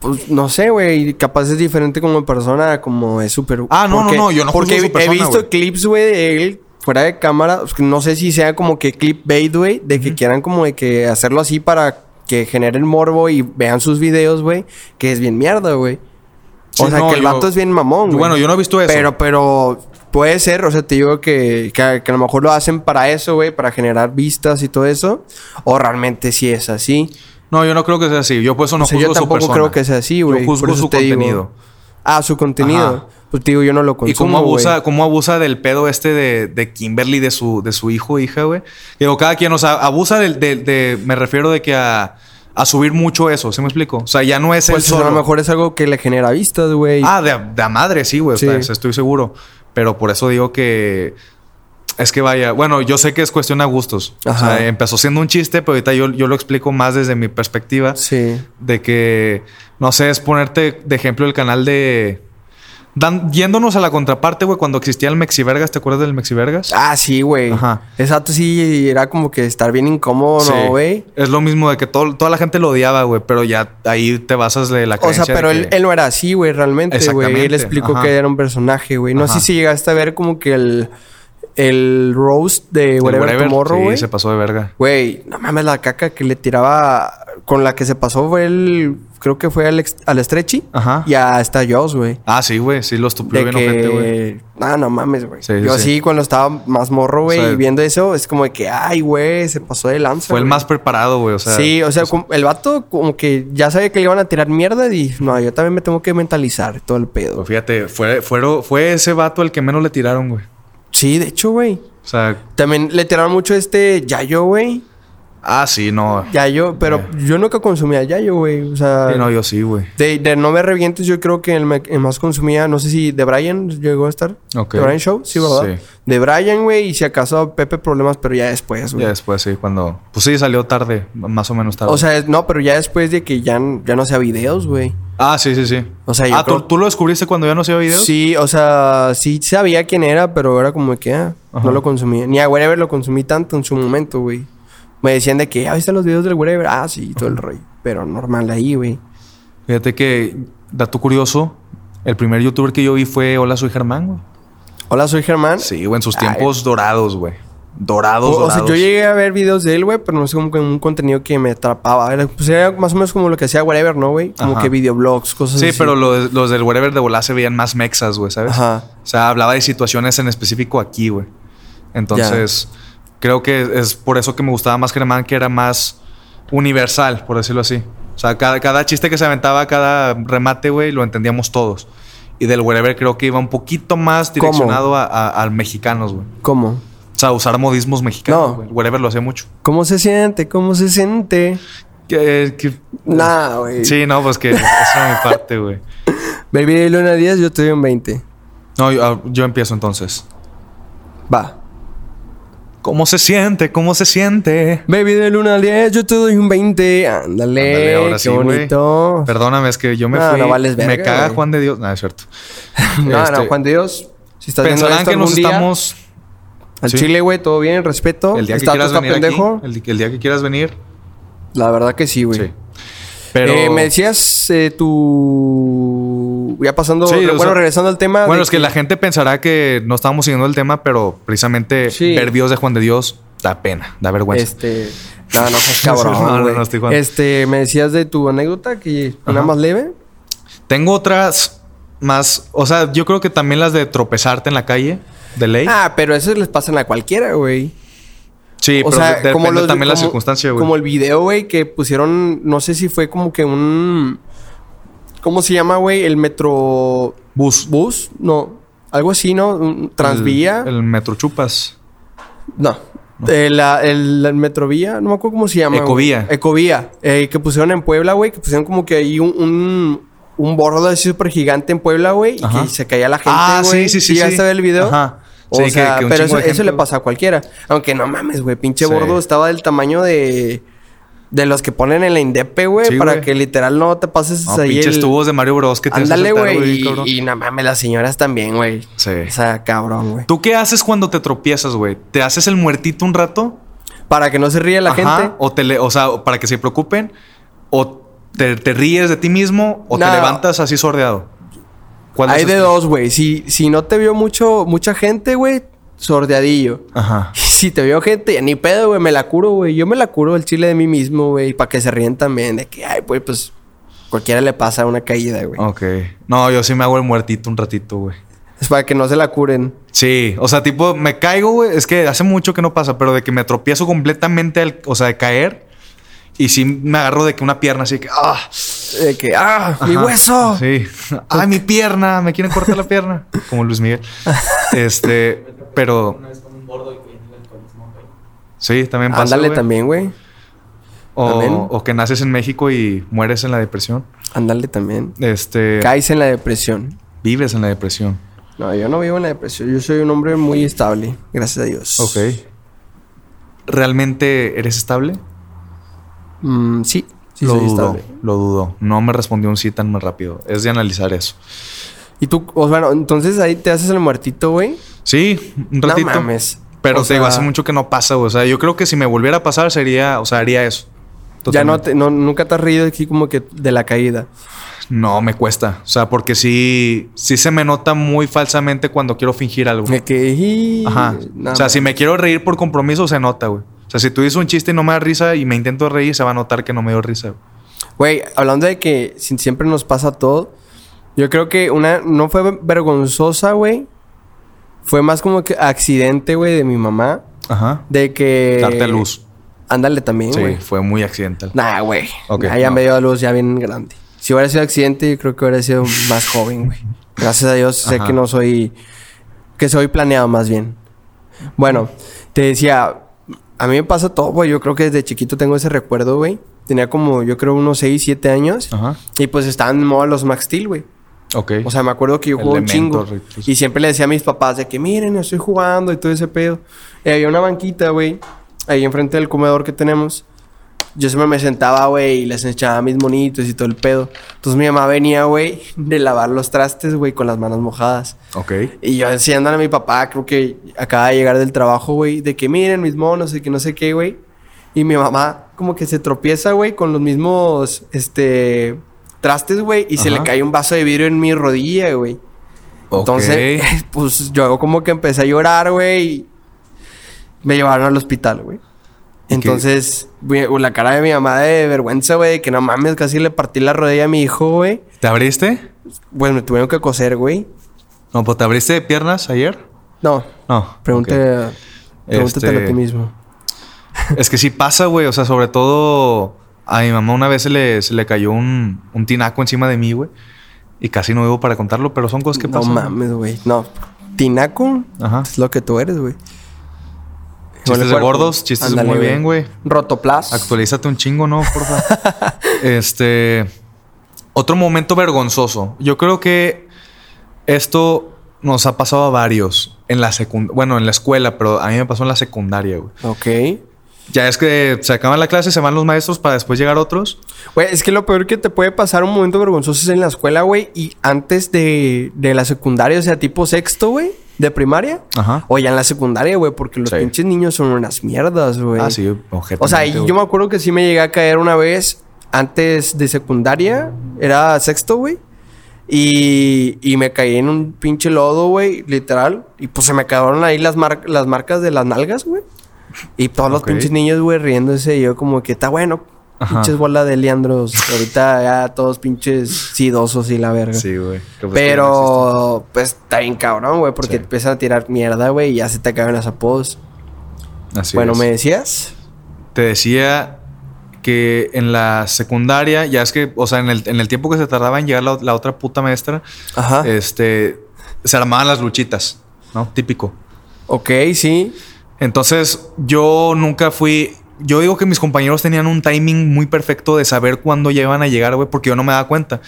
A: pues no sé, güey. Capaz es diferente como persona, como es súper.
B: Ah, no, no, no, yo no juzgo
A: Porque
B: a su
A: he-
B: persona,
A: he visto
B: güey.
A: clips, güey, de él fuera de cámara. pues, que No sé si sea como que clipbait, güey, de que quieran como de que hacerlo así para que generen morbo y vean sus videos, güey. Que es bien mierda, güey. O
B: Sí,
A: sea,
B: no,
A: que el
B: yo-
A: vato es bien mamón, güey.
B: Bueno, yo no he visto eso.
A: Pero, pero puede ser, o sea, te digo que, que, que a lo mejor lo hacen para eso, güey, para generar vistas y todo eso. O realmente sí es así.
B: No, yo no creo que sea así. Yo por eso no
A: O sea,
B: juzgo
A: yo
B: su
A: tampoco
B: persona.
A: creo que sea así, güey.
B: Yo juzgo
A: Por eso
B: su
A: te digo.
B: contenido.
A: Ah, su contenido.
B: Ajá.
A: Pues te digo, yo no lo consumo.
B: y cómo abusa,
A: güey.
B: cómo abusa del pedo este de, de Kimberly, de su, de su hijo, hija, güey. Digo, cada quien, o sea, abusa del, del- de, me refiero de que a, a subir mucho eso, ¿se me explico? O sea, ya no es el
A: Pues
B: solo.
A: a lo mejor es algo que le genera vistas, güey.
B: Ah, de, a- de a madre, sí, güey. o
A: Sí.
B: sea, eso estoy seguro. Pero por eso digo que. Es que vaya. Bueno, yo sé que es cuestión a gustos. O
A: Ajá.
B: sea, empezó siendo un chiste, pero ahorita yo, yo lo explico más desde mi perspectiva.
A: Sí.
B: De que. No sé, es ponerte de ejemplo el canal de. Dan- yéndonos a la contraparte, güey, cuando existía el Mexivergas, ¿te acuerdas del Mexivergas?
A: Ah, sí, güey.
B: Ajá.
A: Exacto, sí, era como que estar bien incómodo,
B: Sí.
A: ¿no, güey?
B: Es lo mismo de que todo- toda la gente lo odiaba, güey, pero ya ahí te basas de la
A: O sea,
B: creencia de
A: pero él,
B: que-
A: él no era así, güey, realmente, güey. Él
B: Exactamente,
A: explicó
B: ajá.
A: que era un personaje, güey. No
B: Ajá.
A: sé si llegaste a ver como que el, el roast de
B: el
A: Whatever,
B: whatever,
A: Tomorrow,
B: sí,
A: güey.
B: se pasó de verga.
A: Güey, no mames, la caca que le tiraba con la que se pasó fue el. Creo que fue al, ex- al Stretchy.
B: Ajá.
A: Y a esta Joss, güey.
B: Ah, sí, güey, sí lo estupió
A: De
B: bien ojete, güey.
A: que. Ah, no mames, güey.
B: Sí, sí,
A: Yo
B: sí.
A: sí, cuando estaba más morro, güey,
B: O sea,
A: y viendo eso, es como de que, ay, güey, se pasó de lanza.
B: Fue el
A: güey".
B: más preparado, güey. O sea, pues,
A: sí, o sea, como- el vato como que ya sabía que le iban a tirar mierda y dijo, no, yo también me tengo que mentalizar todo el pedo.
B: pues, fíjate, fue, fueron- fue ese vato el que menos le tiraron, güey.
A: Sí, de hecho, güey.
B: O sea,
A: También le tiraron mucho este Yayo, güey.
B: ah, sí, no.
A: Yayo, pero yo nunca consumía Yayo, güey. O sea,
B: Eh. Sí, no, yo sí, güey.
A: De, de No Me Revientes, yo creo que el, me- el más consumía, no sé si de Brian llegó a estar.
B: Ok.
A: De Brian Show, sí, ¿verdad?
B: Sí.
A: De Brian, güey, y si acaso Pepe Problemas, pero ya después, güey.
B: Ya después, sí, cuando. Pues sí, salió tarde, más o menos tarde.
A: O sea, es- no, pero ya después de que ya, n- ya no hacía videos, güey.
B: ah, sí, sí, sí.
A: o sea, yo
B: Ah, ¿tú,
A: creo-
B: tú lo descubriste cuando ya no hacía videos?
A: Sí, o sea, sí sabía quién era, pero era como que ah,
B: Ajá.
A: no lo consumía. Ni a Wherever lo consumí tanto en su momento, güey. Me decían de que, ah, ¿viste los videos del Wherever? Ah, sí, todo el rollo. Pero normal ahí, güey.
B: Fíjate que, dato curioso, el primer youtuber que yo vi fue Hola, soy Germán, güey.
A: Hola, soy Germán.
B: Sí, güey, en sus
A: Ay.
B: tiempos dorados, güey. Dorados,
A: O, o
B: dorados.
A: sea, yo llegué a ver videos de él, güey, pero no sé como que un contenido que me atrapaba. Era, pues era más o menos como lo que hacía Whatever, ¿no, güey? Como
B: Ajá.
A: que videoblogs, cosas
B: Sí,
A: así.
B: pero los, los del Wherever de volá se veían más mexas, güey, ¿sabes?
A: Ajá.
B: O sea, hablaba de situaciones en específico aquí, güey. Entonces, creo que es por eso que me gustaba más Germán, que era más universal, por decirlo así. O sea, cada, cada chiste que se aventaba, cada remate, güey, lo entendíamos todos. Y del Wherever creo que iba un poquito más
A: ¿Cómo?
B: direccionado a, a- a mexicanos, güey.
A: ¿Cómo?
B: O sea, usar modismos mexicanos.
A: No.
B: güey. El Wherever lo hacía mucho.
A: ¿Cómo se siente? ¿Cómo se siente?
B: Que- que-
A: Nah, güey.
B: Sí, no, pues que esa es mi parte, güey.
A: Baby de Luna 10, yo te doy un 20.
B: No, yo, yo empiezo entonces.
A: Va.
B: ¿Cómo se siente? ¿Cómo se siente?
A: Baby del 1 al 10, yo te doy un 20. Ándale,
B: Ándale, ahora
A: qué
B: sí, güey.
A: bonito.
B: Perdóname, es que yo me
A: Pues, No,
B: fui.
A: no vales
B: me
A: verga,
B: caga
A: güey.
B: Juan de Dios. No, es cierto.
A: No,
B: Este,
A: no, Juan de Dios. Si estás viendo
B: Pensarán
A: esto
B: que
A: algún
B: nos
A: día,
B: estamos.
A: Al
B: sí.
A: chile, güey, todo bien, respeto.
B: El día que
A: Está-
B: quieras
A: está
B: venir aquí,
A: pendejo.
B: el, el día que quieras venir.
A: La verdad que sí, güey.
B: Sí. Pero.
A: Eh, me decías eh, tu... Ya pasando...
B: Sí,
A: bueno,
B: o sea-
A: regresando al tema...
B: Bueno,
A: de
B: es que la gente pensará que no estábamos siguiendo el tema, pero precisamente
A: Sí.
B: ver Dios de Juan de Dios da pena, da vergüenza.
A: Este... No, no seas
B: No, no,
A: cabrón,
B: no,
A: güey.
B: estoy jugando.
A: Este, me decías de tu anécdota que una
B: Ajá.
A: más leve.
B: Tengo otras más, o sea, yo creo que también las de tropezarte en la calle, de ley.
A: Ah, pero eso les pasan a cualquiera, güey.
B: sí,
A: o
B: pero
A: sea,
B: de-
A: como
B: depende
A: los-
B: también la
A: como-
B: circunstancia, güey.
A: Como el video, güey, que pusieron... No sé si fue como que un... ¿Cómo se llama, güey? El metro...
B: bus.
A: Bus, no. Algo así, ¿no? Un Transvía.
B: El, el metro chupas.
A: No. Eh, la- el, la metrovía, no me acuerdo cómo se llama. güey.
B: Ecovía.
A: Ecovía. eh, que pusieron en Puebla, güey. Que pusieron como que ahí un, un, un bordo así súper gigante en Puebla, güey. Y
B: Ajá.
A: que se caía la gente,
B: Ah,
A: güey.
B: sí, sí, sí,
A: ¿Llegaste
B: sí.
A: a ver el video?
B: Ajá.
A: O
B: Sí, que-
A: sea,
B: que un
A: pero eso,
B: chingo de
A: eso
B: gente,
A: le
B: güey.
A: pasa a cualquiera. Aunque no mames, güey. Pinche
B: Sí.
A: bordo estaba del tamaño de... De los que ponen en la indepe, güey.
B: Sí,
A: para
B: güey.
A: que literal no te pases
B: No,
A: ahí
B: pinches
A: el...
B: tubos de Mario Bros que te hacen
A: Ándale,
B: saltar,
A: güey.
B: cabrón.
A: Y, y no mames, las señoras también, güey.
B: Sí.
A: O sea, cabrón, güey.
B: ¿Tú qué haces cuando te tropiezas, güey? ¿Te haces el muertito un rato?
A: Para que no se ríe la
B: Ajá,
A: gente.
B: O, te le- o sea, para que se preocupen. O te, te ríes de ti mismo o
A: No.
B: te levantas así sordeado. ¿Cuál
A: Hay
B: haces
A: de
B: tú?
A: dos, güey. Si, si no te vio mucho, mucha gente, güey, sordeadillo.
B: Ajá.
A: Si te vio gente, ni pedo, güey, me la curo, güey. Yo me la curo el chile de mí mismo, güey, para que se ríen también. De que, ay, güey, pues cualquiera le pasa una caída, güey.
B: Ok. No, yo sí me hago el muertito un ratito, güey.
A: Es para que no se la curen.
B: Sí, o sea, tipo, me caigo, güey. Es que hace mucho que no pasa, pero de que me tropiezo completamente, al- o sea, de caer. Y sí me agarro de que una pierna así que. ¡Ah!
A: De que, ah, mi
B: Ajá.
A: hueso.
B: Sí. ¡Ay, mi pierna! Me quieren cortar la pierna. Como Luis Miguel. Este, pero.
C: Una vez con un gordo y que en el alcoholismo, güey.
B: Sí, también pasa.
A: Ándale
B: güey.
A: también, güey. Amén.
B: O, o que naces en México y mueres en la depresión.
A: Ándale también.
B: Este.
A: Caes en la depresión.
B: Vives en la depresión.
A: No, yo no vivo en la depresión. Yo soy un hombre muy estable, gracias a Dios.
B: Ok. ¿Realmente eres estable?
A: Mm, sí, sí
B: lo
A: soy
B: dudo.
A: estable.
B: Lo dudo. No me respondió un sí tan más rápido. Es de analizar eso.
A: Y tú, o sea, bueno, entonces ahí te haces el muertito, güey.
B: Sí, un
A: No
B: ratito.
A: mames.
B: Pero
A: O
B: te digo,
A: sea,
B: hace mucho que no pasa, güey. O sea, yo creo que si me volviera a pasar sería, o sea, haría eso.
A: Ya no
B: Totalmente.
A: te, no, nunca te has reído aquí como que de la caída.
B: No, me cuesta. O sea, porque sí, sí se me nota muy falsamente cuando quiero fingir algo.
A: De que. "Ih",
B: Ajá.
A: no,
B: o sea,
A: man.
B: si me quiero reír por compromiso, se nota, güey. O sea, si tú dices un chiste y no me da risa y me intento reír, se va a notar que no me dio risa. güey.
A: Güey, hablando de que si- siempre nos pasa todo, yo creo que una no fue vergonzosa, güey. Fue más como que accidente, güey, de mi mamá.
B: Ajá.
A: De que.
B: Darte a luz.
A: Ándale también,
B: sí,
A: Eh, güey.
B: fue muy accidental.
A: Nah, güey.
B: Ok,
A: Nah, ya
B: no.
A: me dio a luz ya bien grande. Si hubiera sido accidente, yo creo que hubiera sido más joven, güey. Gracias a Dios sé
B: Ajá.
A: que no soy... Que soy planeado más bien. Bueno, te decía... A mí me pasa todo, güey. Yo creo que desde chiquito tengo ese recuerdo, güey. Tenía como, yo creo, unos 6, 7 años.
B: Ajá.
A: Y pues estaban en moda los Max Steel, güey.
B: Ok.
A: O sea, me acuerdo que yo jugaba un chingo.
B: Elementos, recursos.
A: Y siempre le decía a mis papás de que, miren, yo estoy jugando y todo ese pedo. Y había una banquita, güey, ahí enfrente del comedor que tenemos. Yo siempre me sentaba, güey, y les echaba mis monitos y todo el pedo. Entonces mi mamá venía, güey, de lavar los trastes, güey, con las manos mojadas.
B: ok.
A: Y yo enseñándole a mi papá, creo que acaba de llegar del trabajo, güey, de que miren mis monos y que no sé qué, güey. Y mi mamá como que se tropieza, güey, con los mismos, este, trastes, güey, y se le
B: Ajá.
A: cae un vaso de vidrio en mi rodilla, güey. Entonces,
B: Ok.
A: pues yo como que empecé a llorar, güey, y me llevaron al hospital, güey.
B: qué?
A: Entonces, güey, la cara de mi mamá de vergüenza, güey, de que no mames, casi le partí la rodilla a mi hijo, güey.
B: ¿Te abriste?
A: Pues me tuvieron que coser, güey.
B: No, pues te abriste de piernas ayer.
A: No,
B: No. ok.
A: Pregunta, Pregúntatelo
B: Este-
A: a ti mismo.
B: Es que sí pasa, güey. O sea, sobre todo a mi mamá una vez se le, se le cayó un, un tinaco encima de mí, güey. Y casi no vivo para contarlo, pero son cosas que
A: no
B: pasan.
A: mames, güey. No. Tinaco
B: pues, Ajá.
A: es lo que tú eres, güey. Con el
B: Chistes de
A: cuerpo.
B: gordos, chistes
A: Ándale,
B: muy bien, güey.
A: Rotoplas.
B: Actualízate un chingo, ¿no? Porfa. este. Otro momento vergonzoso. Yo creo que esto nos ha pasado a varios. En la secundaria. Bueno, en la escuela, pero a mí me pasó en la secundaria, güey.
A: Ok.
B: Ya es que se acaban la clase, se van los maestros para después llegar otros.
A: Güey, es que lo peor que te puede pasar un momento vergonzoso es en la escuela, güey. Y antes de, de la secundaria, o sea, tipo sexto, güey, de primaria.
B: Ajá.
A: O ya en la secundaria, güey, porque los
B: Sí.
A: pinches niños son unas mierdas, güey.
B: Ah, sí, objetivamente,
A: O sea, y
B: güey.
A: yo me acuerdo que sí me llegué a caer una vez antes de secundaria. Era sexto, güey. Y, y me caí en un pinche lodo, güey, literal. Y pues se me quedaron ahí las, mar- las marcas de las nalgas, güey. Y todos los
B: Ok.
A: pinches niños, güey, riéndose. Y yo como que está bueno.
B: Ajá.
A: Pinches bola de liandros. Ahorita ya todos pinches sidosos y la verga.
B: Sí, güey. Que pues que no
A: Pero, pues, está bien cabrón, güey. Porque
B: Sí.
A: te empiezan a tirar mierda, güey. Y ya se te acaban los apodos.
B: existe. Así
A: bueno,
B: es.
A: ¿me decías?
B: Te decía que en la secundaria, ya es que, o sea, en el, en el tiempo que se tardaba en llegar la, la otra puta maestra,
A: Ajá.
B: este, se armaban las luchitas, ¿no? Típico.
A: ok, sí.
B: Entonces, yo nunca fui. Yo digo que mis compañeros tenían un timing muy perfecto de saber cuándo ya iban a llegar, güey, porque yo no me daba cuenta.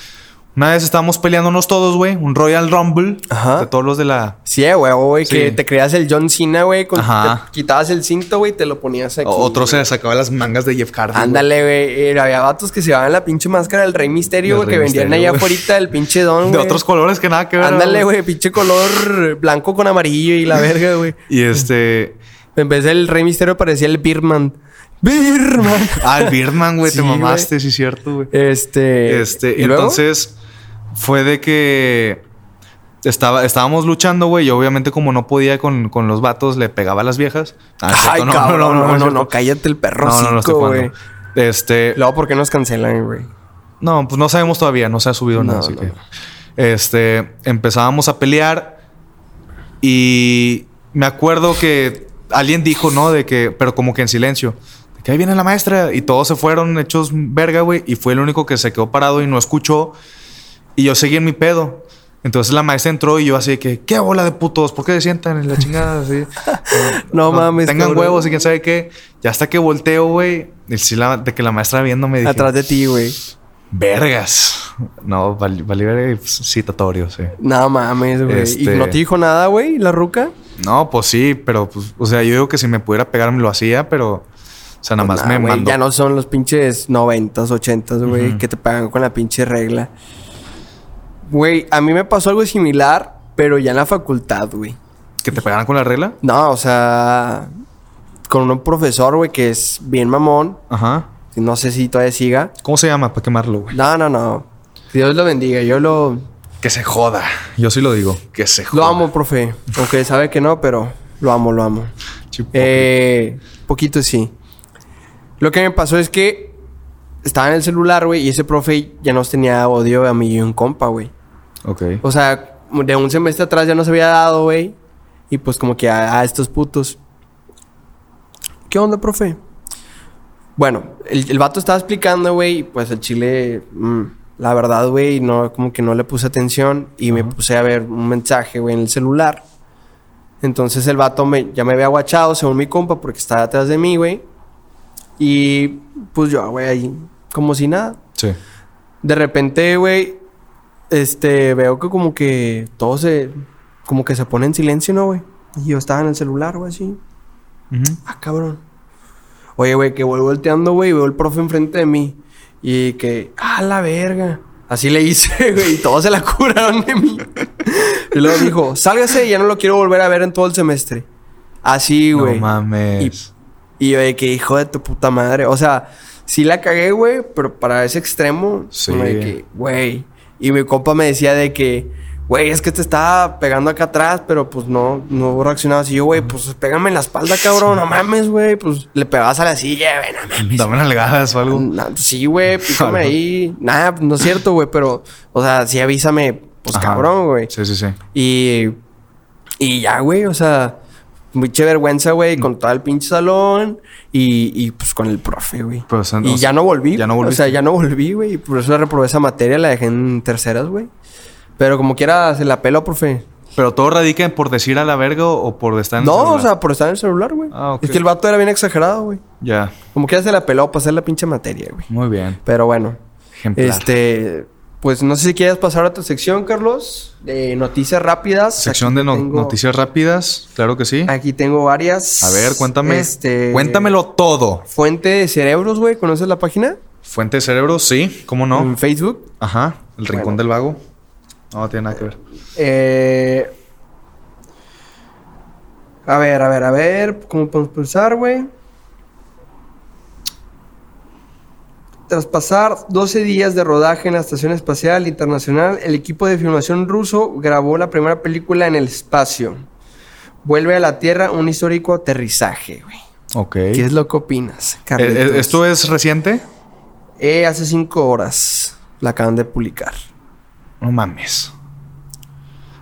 B: Una vez estábamos peleándonos todos, güey, un Royal Rumble
A: Ajá.
B: de todos los de la.
A: Sí, eh, güey, güey,
B: Sí.
A: que te creas el John Cena, güey, con-
B: Ajá.
A: te quitabas el cinto, güey, y te lo ponías aquí.
B: o- otro se
A: güey.
B: le sacaba las mangas de Jeff Hardy. güey.
A: Ándale, güey. eh, Había vatos que se llevaban la pinche máscara del Rey Misterio,
B: Del
A: güey, que
B: Rey
A: vendían
B: Misterio,
A: allá
B: güey.
A: afuera del pinche don, güey.
B: De otros colores que nada que ver.
A: Ándale, güey, pinche color blanco con amarillo y la verga, güey.
B: Y este.
A: En vez del Rey Misterio parecía el Birman. Birman.
B: Ah, el Birdman, güey,
A: Sí,
B: te
A: güey.
B: mamaste, sí, cierto, güey.
A: Este.
B: Este,
A: ¿y luego?
B: entonces fue de que estaba, estábamos luchando, güey. Yo obviamente como no podía con, con los vatos, le pegaba a las viejas. Ah, es
A: Ay,
B: cierto,
A: cabrón, no, no, no,
B: es
A: no,
B: cierto.
A: cállate el perro,
B: No, no, no estoy
A: hocico, güey.
B: jugando. Este,
A: Luego, ¿por qué nos cancelan, güey?
B: no, pues no sabemos todavía, no se ha subido nada,
A: No,
B: así
A: no,
B: que este, empezábamos a pelear y me acuerdo que alguien dijo, ¿no? De que, pero como que en silencio, de que ahí viene la maestra y todos se fueron hechos verga, güey, y fue el único que se quedó parado y no escuchó y yo seguí en mi pedo. Entonces la maestra entró y yo así de que, ¿qué bola de putos? ¿Por qué se sientan en la chingada así?
A: No mames,
B: Tengan
A: cabrón.
B: huevos y quién sabe qué. Ya hasta que volteo, güey, y sí la- de que la maestra viéndome dije,
A: Atrás de ti, güey.
B: Vergas. No, val- valí verga y, pues, citatorio, sí.
A: No mames, güey. ¿Y
B: Este-
A: no te dijo nada, güey, la ruca?
B: No, pues sí, pero pues, o sea, yo digo que si me pudiera pegar me lo hacía, pero. O sea, nada más
A: Nah,
B: me
A: Pues güey,
B: mandó.
A: Ya no son los pinches noventas, ochentas, güey,
B: Ujú.
A: que te pagan con la pinche regla. Güey, a mí me pasó algo similar, pero ya en la facultad, güey.
B: ¿Que te pegaran con la regla?
A: No, o sea, con un profesor, güey, que es bien mamón.
B: Ajá.
A: No sé si todavía siga.
B: ¿Cómo se llama? Para quemarlo, güey.
A: No, no, no. Dios lo bendiga. Yo lo,
B: Que se joda. Yo sí lo digo. Que se joda.
A: lo amo, profe. Aunque sabe que no, pero lo amo, lo amo.
B: Chipotle.
A: Eh, poquito sí. Lo que me pasó es que estaba en el celular, güey, y ese profe ya nos tenía odio a mí y un compa, güey.
B: ok.
A: O sea, de un semestre atrás ya nos había dado, güey. Y pues como que a, a estos putos. ¿Qué onda, profe? Bueno, el, el vato estaba explicando, güey, y pues el chile, mm, la verdad, güey, no, como que no le puse atención y me puse a ver un mensaje, güey, en el celular. Entonces el vato me, ya me había guachado, según mi compa, porque estaba atrás de mí, güey. Y pues yo, güey, ahí, como si nada.
B: Sí.
A: De repente, güey, este, veo que como que todo se, como que se pone en silencio, ¿no, güey? Y yo estaba en el celular, güey, así.
B: Ujú.
A: Ah, cabrón. Oye, güey, que voy volteando, güey, y veo el profe enfrente de mí. Y que, ah, la verga. Así le hice, güey, y todos se la curaron de mí. y luego dijo, sálgase, ya no lo quiero volver a ver en todo el semestre. Así, güey.
B: No mames.
A: y yo de que, hijo de tu puta madre. O sea, sí la cagué, güey, pero para ese extremo,
B: Sí.
A: como de que, güey. Y mi compa me decía de que, güey, es que te estaba pegando acá atrás, pero pues no, no reaccionabas. Y yo, güey, pues pégame en la espalda, cabrón, no mames, güey. Pues le pegabas a la silla, güey, no mames.
B: Dame nalgadas o algo.
A: Na- sí, güey, pícame
B: Algo.
A: ahí. Nah, no es cierto, güey, pero, o sea, sí avísame, pues
B: Ajá.
A: cabrón, güey.
B: Sí, sí, sí.
A: Y, y ya, güey, o sea, mucha vergüenza, güey,
B: Mm.
A: con todo el pinche salón y, y, pues con el profe, güey.
B: Pero, o sea,
A: y
B: o
A: ya
B: sea,
A: no volví.
B: ya no
A: O sea,
B: volviste.
A: ya no volví, güey. y Por eso reprobé esa materia, la dejé en terceras, güey. Pero como quiera, se la pelo, profe.
B: Pero todo radica en por decir a la verga o o por estar en el
A: No, o
B: celular.
A: sea, por estar en el celular, güey.
B: Ah, ok.
A: Es que el vato era bien exagerado, güey.
B: Ya.
A: Como quiera, se la peló para hacer la pinche materia, güey.
B: Muy bien.
A: Pero bueno,
B: Ejemplar.
A: este. Pues no sé si quieres pasar a tu sección, Carlos, de noticias rápidas.
B: Sección
A: Aquí
B: de no-
A: tengo-
B: noticias rápidas, claro que sí.
A: Aquí tengo varias.
B: ¿Eh? A ver, cuéntame.
A: Este,
B: Cuéntamelo todo.
A: Fuente de cerebros, güey. ¿Conoces la página?
B: Fuente de cerebro, sí, ¿cómo no?
A: En Facebook.
B: Ajá, el rincón
A: Bueno.
B: del vago. No, tiene nada que ver.
A: Eh, a ver, a ver, a ver. ¿Cómo podemos pulsar, güey? Tras pasar 12 días de rodaje en la Estación Espacial Internacional, el equipo de filmación ruso grabó la primera película en el espacio. Vuelve a la Tierra un histórico aterrizaje, güey.
B: Ok.
A: ¿Qué es lo que opinas,
B: Eh,
A: Carlitos?
B: eh, ¿Esto es reciente?
A: Eh, hace cinco horas la acaban de publicar.
B: No mames.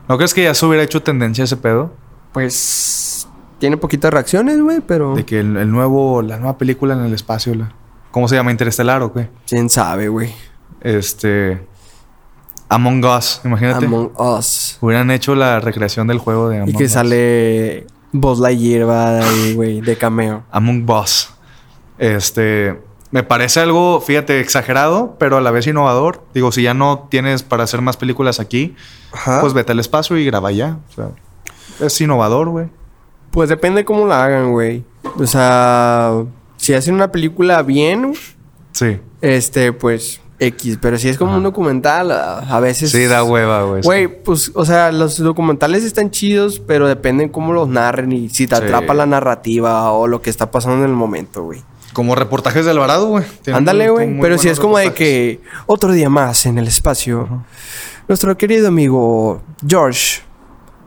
B: ¿No crees que ya se hubiera hecho tendencia ese pedo?
A: Pues tiene poquitas reacciones, güey, pero
B: De que el, el nuevo, la nueva película en el espacio, la- ¿cómo se llama? Interestelar o qué?
A: quién sabe, güey.
B: Este. Among Us, imagínate.
A: Among Us.
B: Hubieran hecho la recreación del juego de Among
A: y que
B: Us.
A: sale Buzz Lightyear va de ahí, güey, de cameo.
B: Among Us. Este. Me parece algo, fíjate, exagerado, pero a la vez innovador. Digo, si ya no tienes para hacer más películas aquí,
A: Ajá. Pues,
B: pues vete al espacio y graba ya. O sea, es innovador, güey.
A: pues, depende cómo la hagan, güey. O sea, si hacen una película bien,
B: Sí.
A: este, pues X. Pero si es como
B: Ajá.
A: un documental, a, a veces.
B: Sí, da hueva, güey. sí.
A: Güey, pues, o sea, los documentales están chidos, pero dependen cómo los narren y si te
B: Sí.
A: atrapa la narrativa o lo que está pasando en el momento, güey.
B: Como reportajes de Alvarado, güey. Tiene
A: Ándale,
B: muy-
A: güey.
B: muy
A: Pero si
B: buenos
A: es como de
B: reportajes.
A: que otro día más en el espacio, nuestro querido amigo George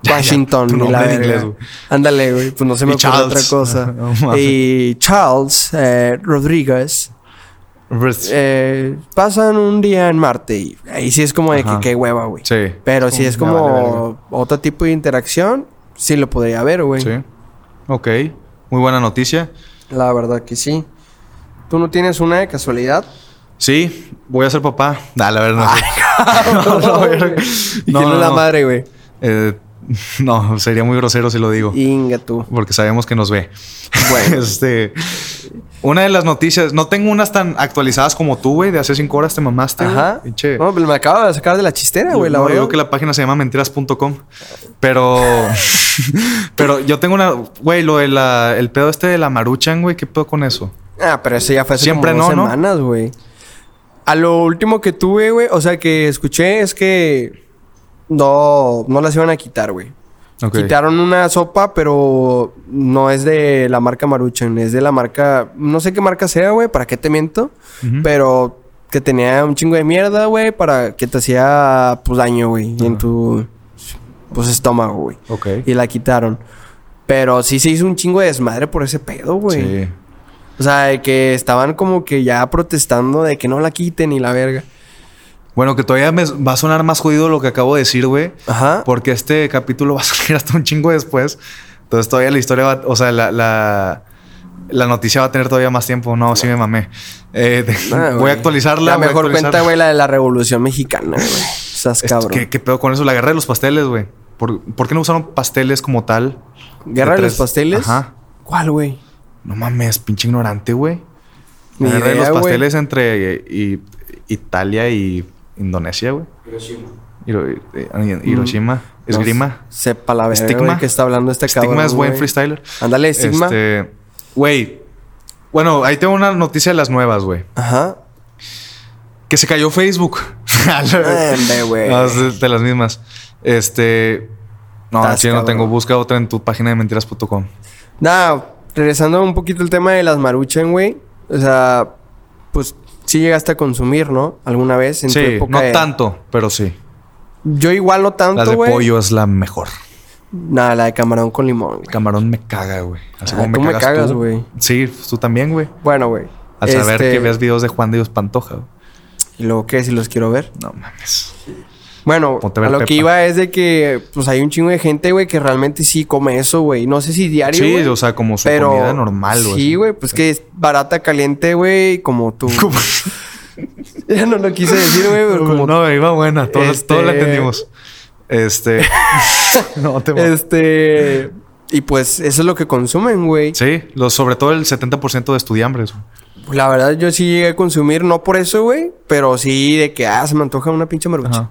B: Ya, ya,
A: Washington.
B: tu
A: y la
B: nombre en
A: verga.
B: inglés, güey.
A: Ándale, güey. Pues no se me
B: Y
A: ocurre otra
B: Charles.
A: cosa.
B: No mames.
A: y Charles eh, Rodríguez eh, pasan un día en Marte. Y ahí sí es como de
B: Ajá.
A: que qué hueva, güey.
B: Sí.
A: Pero
B: Es
A: si
B: como,
A: es
B: me
A: como
B: vale verga.
A: otro tipo de interacción, sí lo podría ver, güey.
B: Sí. Ok. Muy buena noticia.
A: La verdad que sí. ¿Tú no tienes una de casualidad?
B: Sí, voy a ser papá. Dale, a ver, no. sé. No, no, verga.
A: ¿Y
B: No,
A: quién
B: no,
A: es la
B: no.
A: madre, güey?
B: Eh, no, sería muy grosero si lo digo.
A: Inga tú.
B: Porque sabemos que nos ve.
A: Bueno.
B: este. Una de las noticias, no tengo unas tan actualizadas como tú, güey, de hace cinco horas te mamaste. güey.
A: Ajá.
B: Pinche-
A: No, pero me acabo de sacar de la chistera, güey, la
B: no,
A: verdad.
B: digo que la página se llama mentiras.com. Pero. pero yo tengo una. Güey, lo de la. El pedo este de la maruchan, güey, ¿qué pedo con eso?
A: Ah, pero eso ya fue hace
B: Siempre
A: como dos
B: no, ¿no?
A: semanas, güey. A lo último que tuve, güey, o sea, que escuché es que no, no las iban a quitar, güey.
B: Ok.
A: Quitaron una sopa, pero no es de la marca Maruchan, es de la marca, no sé qué marca sea, güey, para qué te miento,
B: Ujú.
A: pero que tenía un chingo de mierda, güey, para que te hacía pues daño, güey, en tu pues estómago, güey.
B: Ok.
A: Y la quitaron. Pero sí se hizo un chingo de desmadre por ese pedo, güey.
B: Sí.
A: O sea, de que estaban como que ya protestando de que no la quiten y la verga.
B: Bueno, que todavía me va a sonar más jodido lo que acabo de decir, güey.
A: Ajá.
B: Porque este capítulo va a salir hasta un chingo después. Entonces todavía la historia va... O sea, la... la la noticia va a tener todavía más tiempo. No, sí me mamé. Eh, de-
A: Ah,
B: voy
A: güey.
B: a actualizarla.
A: La
B: voy a
A: mejor
B: actualizar-
A: cuenta, güey, la de la Revolución Mexicana, güey. Esas
B: Esto-
A: cabrón.
B: ¿Qué, ¿Qué pedo con eso? La guerra de los pasteles, güey. ¿Por, por qué no usaron pasteles como tal?
A: ¿Guerra de los
B: tres-
A: pasteles?
B: Ajá.
A: ¿Cuál, güey?
B: No mames, pinche ignorante, güey.
A: Ni
B: La guerra de
A: idea,
B: los
A: güey.
B: pasteles entre eh, y- Italia y Indonesia, güey.
C: Hiroshima.
B: Hiro- eh, eh, Hiroshima. Esgrima.
A: Mm. No Sepa la verga,
B: Estigma.
A: güey, que está hablando este
B: Estigma
A: cabrón.
B: es buen
A: güey.
B: freestyler.
A: Ándale, estigma.
B: Este, güey. Bueno, ahí tengo una noticia de las nuevas, güey.
A: Ajá.
B: Que se cayó Facebook.
A: Ande, güey.
B: No, es de, de las mismas. Este. No,
A: Estás
B: sí, no
A: cabrón.
B: tengo. Busca otra en tu página de mentiras.com.
A: Nada, regresando un poquito al tema de las maruchan, güey. O sea, pues sí llegaste a consumir, ¿no? Alguna vez en tu
B: Sí,
A: época
B: no
A: de-
B: tanto, pero sí.
A: Yo igual no
B: La
A: tanto,
B: de
A: güey.
B: pollo es la mejor.
A: Nada, la de camarón con limón, güey.
B: Camarón me caga, güey. Así
A: Ah,
B: como
A: tú me
B: cagas
A: cagas,
B: tú.
A: güey.
B: Sí, tú también, güey.
A: Bueno, güey.
B: Al saber
A: este,
B: que ves videos de Juan de Dios Pantoja. güey.
A: ¿Y luego qué? Si los quiero ver.
B: No mames.
A: Bueno,
B: Ponte
A: a,
B: a ver
A: lo
B: Pepa.
A: que iba es de que pues hay un chingo de gente, güey, que realmente sí come eso, güey. No sé si diario,
B: Sí,
A: güey,
B: o sea, como su comida normal, güey.
A: Sí, güey, pues que es barata, caliente, güey, como tú.
B: Como-
A: ya no lo quise decir, güey, pero como
B: no, iba buena. Todos,
A: Este-
B: todos la entendimos. Este. no te mames.
A: Este. Y pues eso es lo que consumen, güey.
B: Sí, los, sobre todo el 70% de estudiambres. güey.
A: Pues la verdad, yo sí llegué a consumir, no por eso, güey, pero sí de que, ah, se me antoja una pinche marucha.
B: Ajá.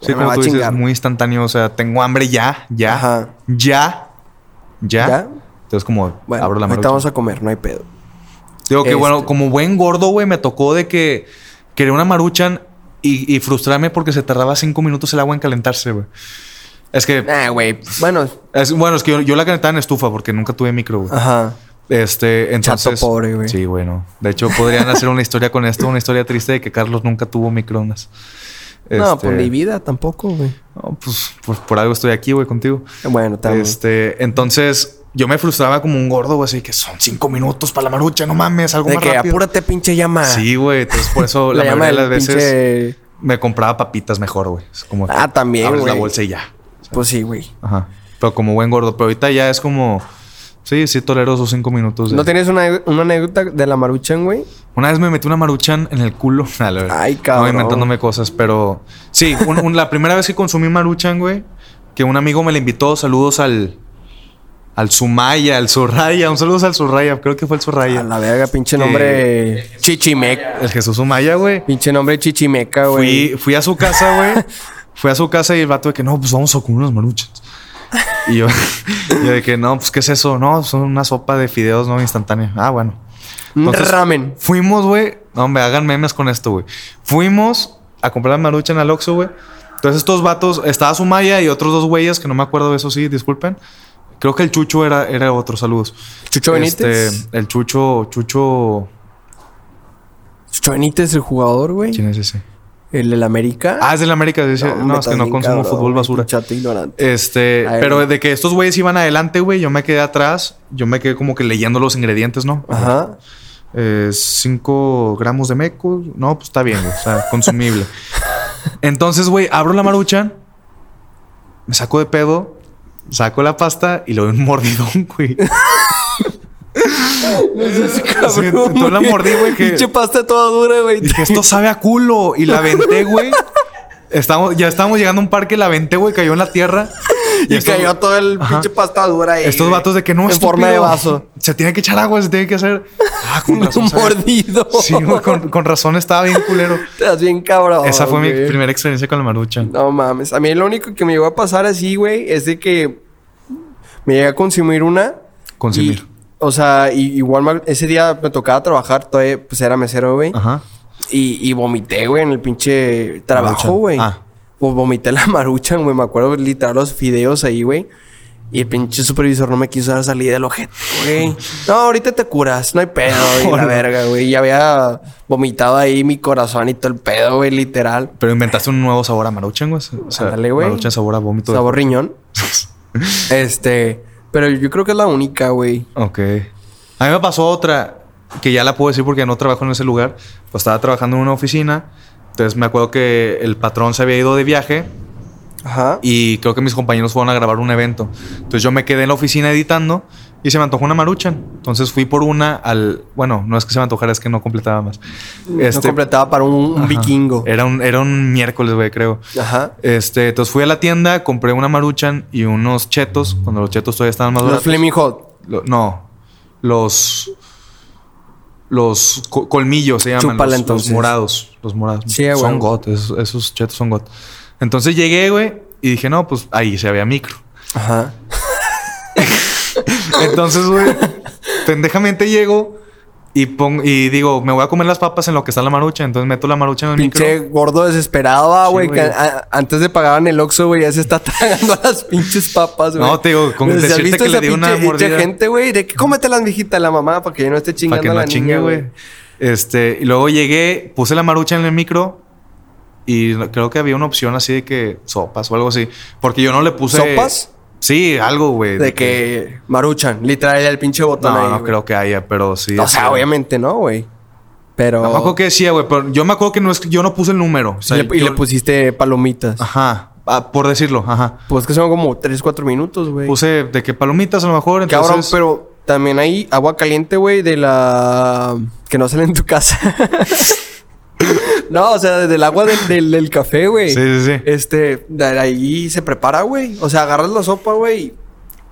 B: Sí,
A: Ya me
B: como
A: va
B: tú
A: a
B: dices,
A: chingar.
B: muy instantáneo. O sea, tengo hambre ya, ya,
A: Ajá.
B: ya, ya.
A: ¿Ya?
B: Entonces, como
A: Bueno,
B: abro la
A: ahorita
B: marucha.
A: vamos a comer, no hay pedo.
B: Digo que, bueno,
A: Este.
B: como buen gordo, güey, me tocó de que quería una maruchan y, y frustrarme porque se tardaba cinco minutos el agua en calentarse, güey. Es que,
A: Ah, güey. Bueno,
B: es- bueno, es que yo, yo la calentaba en estufa porque nunca tuve micro, güey.
A: ajá.
B: Este, entonces.
A: pobre, güey.
B: Sí, bueno. De hecho, podrían hacer una historia con esto, una historia triste de que Carlos nunca tuvo microondas.
A: No, pues,
B: Este,
A: por mi vida tampoco, güey.
B: no, pues, pues, por algo estoy aquí, güey, contigo.
A: Bueno, también.
B: Este, entonces, yo me frustraba como un gordo, güey, así que son cinco minutos para la marucha, no mames, algo
A: de
B: más
A: que
B: rápido.
A: apúrate, pinche llama.
B: Sí, güey. Entonces, por eso la,
A: la llama
B: mayoría de
A: del
B: las veces
A: pinche...
B: me compraba papitas mejor, güey. Es como
A: Ah, también,
B: abres la
A: güey.
B: bolsa y ya.
A: Pues sí, güey.
B: Ajá. Pero como buen gordo. Pero ahorita ya es como... Sí, sí tolero esos cinco minutos. de-
A: ¿No tienes una, una anécdota de la maruchan, güey?
B: Una vez me metí una maruchan en el culo. A la verga.
A: Ay, cabrón.
B: No, inventándome cosas, pero... Sí, un- un- la primera vez que consumí maruchan, güey, que un amigo me la invitó. Saludos al... Al Sumaya, al Zurraya. Un saludo al Zurraya. Creo que fue el
A: A
B: Zurraya.
A: la verga, pinche nombre... Chichimeca.
B: El Jesús Sumaya, güey.
A: Pinche nombre Chichimeca, güey.
B: Fui, fui a su casa, güey. fui a su casa y el vato de que no, pues vamos a comer unas maruchas. Y yo, yo de que no, pues qué es eso. No, son una sopa de fideos no instantánea. Ah, bueno.
A: Un
B: Entonces,
A: ramen.
B: Fuimos, güey. No, me hagan memes con esto, güey. Fuimos a comprar la marucha en el Oxxo, güey. Entonces estos vatos, estaba Sumaya y otros dos güeyes que no me acuerdo de eso, sí, disculpen. Creo que el Chucho era, era otro, saludos.
A: Chucho Benítez.
B: Este, el Chucho, Chucho.
A: Chucho Benítez, el jugador, güey.
B: ¿Quién es ese?
A: El del América.
B: Ah, es del América. dice- No,
A: hombre,
B: es que
A: estás
B: no
A: bien
B: consumo
A: cabrón,
B: fútbol
A: güey,
B: basura.
A: Chato ignorante.
B: Este,
A: Ay,
B: pero
A: güey.
B: de que estos güeyes iban adelante, güey, yo me quedé atrás, yo me quedé como que leyendo los ingredientes, ¿no?
A: Ajá.
B: Eh, cinco gramos de meco, no, pues está bien, güey, o sea, consumible. Entonces, güey, abro la maruchan, me saco de pedo, saco la pasta y le doy un mordidón, güey. Sí, entonces la
A: güey.
B: mordí, güey, que-
A: Pinche pasta toda dura, güey.
B: Dije, esto sabe a culo y la aventé, güey. Estamos, ya estábamos llegando a un parque, la aventé, güey, cayó en la tierra.
A: Y
B: estos-
A: cayó todo el
B: Ajá.
A: pinche pasta dura ahí.
B: Estos
A: güey.
B: vatos de que no
A: En
B: estúpido,
A: forma de vaso.
B: Se tiene que echar agua, se tiene que hacer. Ah, con razón.
A: Un
B: sabía-
A: mordido.
B: Sí, güey, con, con razón estaba bien culero.
A: Estás bien cabrón.
B: Esa fue mi
A: güey.
B: primera experiencia con la marucha.
A: No mames. A mí lo único que me llegó a pasar así, güey, es de que me llegué a consumir una.
B: Consumir.
A: y- o sea, y, igual me- ese día me tocaba trabajar, todavía pues era mesero, güey.
B: Ajá.
A: Y, y vomité, güey, en el pinche trabajo,
B: Maruchan.
A: güey.
B: Ah.
A: Pues vomité la marucha, güey. Me acuerdo literal los fideos ahí, güey. Y el pinche supervisor no me quiso dar salida del ojete, güey. No, ahorita te curas, no hay pedo, güey. la
B: Hola.
A: verga, güey. Ya había vomitado ahí mi corazón y todo el pedo, güey, literal.
B: Pero inventaste un nuevo sabor a maruchan, güey. O sea,
A: Ándale, güey.
B: Maruchan sabor a vómito. de-
A: Sabor riñón. este. Pero yo creo que es la única, güey.
B: Ok. A mí me pasó otra que ya la puedo decir porque no trabajo en ese lugar. Pues estaba trabajando en una oficina. Entonces me acuerdo que el patrón se había ido de viaje
A: Ajá.
B: y creo que mis compañeros fueron a grabar un evento. Entonces yo me quedé en la oficina editando y se me antojó una maruchan. Entonces fui por una al... Bueno, no es que se me antojara, es que no completaba más.
A: no
B: Este,
A: completaba para un, un
B: ajá.
A: vikingo.
B: Era un, era un miércoles, güey, creo.
A: Ajá.
B: Este, entonces fui a la tienda, compré una maruchan y unos chetos, cuando los chetos todavía estaban más
A: Los
B: baratos.
A: Fleming Hot.
B: Lo- no, los... Los co- colmillos se llaman.
A: Chúpala,
B: los, los
A: entonces.
B: morados. Los morados.
A: Sí, güey.
B: son got. Esos, esos chetos son got. Entonces llegué, güey, y dije, no, pues ahí se había micro.
A: Ajá.
B: Entonces, güey, pendejamente llego y, pon- y digo, me voy a comer las papas en lo que está la marucha. Entonces meto la marucha en el
A: Pinche
B: micro.
A: gordo desesperado, ah,
B: Sí,
A: güey. que
B: güey.
A: a- antes de pagaban el Oxxo, güey, ya se está tragando las pinches papas, güey.
B: No, te digo, con
A: Pero si has
B: decirte
A: visto
B: que le
A: esa
B: di una
A: pinche- pinche
B: mordida.
A: gente, güey, de que cómetelas, mijita, la mamá, para que ya no esté
B: Para
A: chingando
B: que
A: a
B: no
A: la
B: chingue,
A: niña,
B: güey. Este, y luego llegué, puse la marucha en el micro y no- creo que había una opción así de que sopas o algo así. Porque yo no le puse.
A: ¿Sopas?
B: Sí, algo, güey.
A: De que maruchan, literal, el pinche
B: No,
A: botón ahí.
B: no
A: güey.
B: creo que haya, pero sí.
A: O sea,
B: sí.
A: obviamente no, güey. Pero.
B: No me acuerdo que decía, güey, pero yo me acuerdo que no es que yo no puse el número. O sea,
A: y le, y
B: yo-
A: le pusiste palomitas.
B: Ajá, ah, por decirlo, ajá.
A: Pues que son como 3, 4 minutos, güey.
B: Puse de que palomitas a lo mejor. Pues, Entonces,
A: Cabrón, pero también hay agua caliente, güey, de la. que no sale en tu casa. no, o sea, del agua del, del- del café, güey.
B: Sí, sí, sí.
A: Este, de ahí se prepara, güey. O sea, agarras la sopa, güey.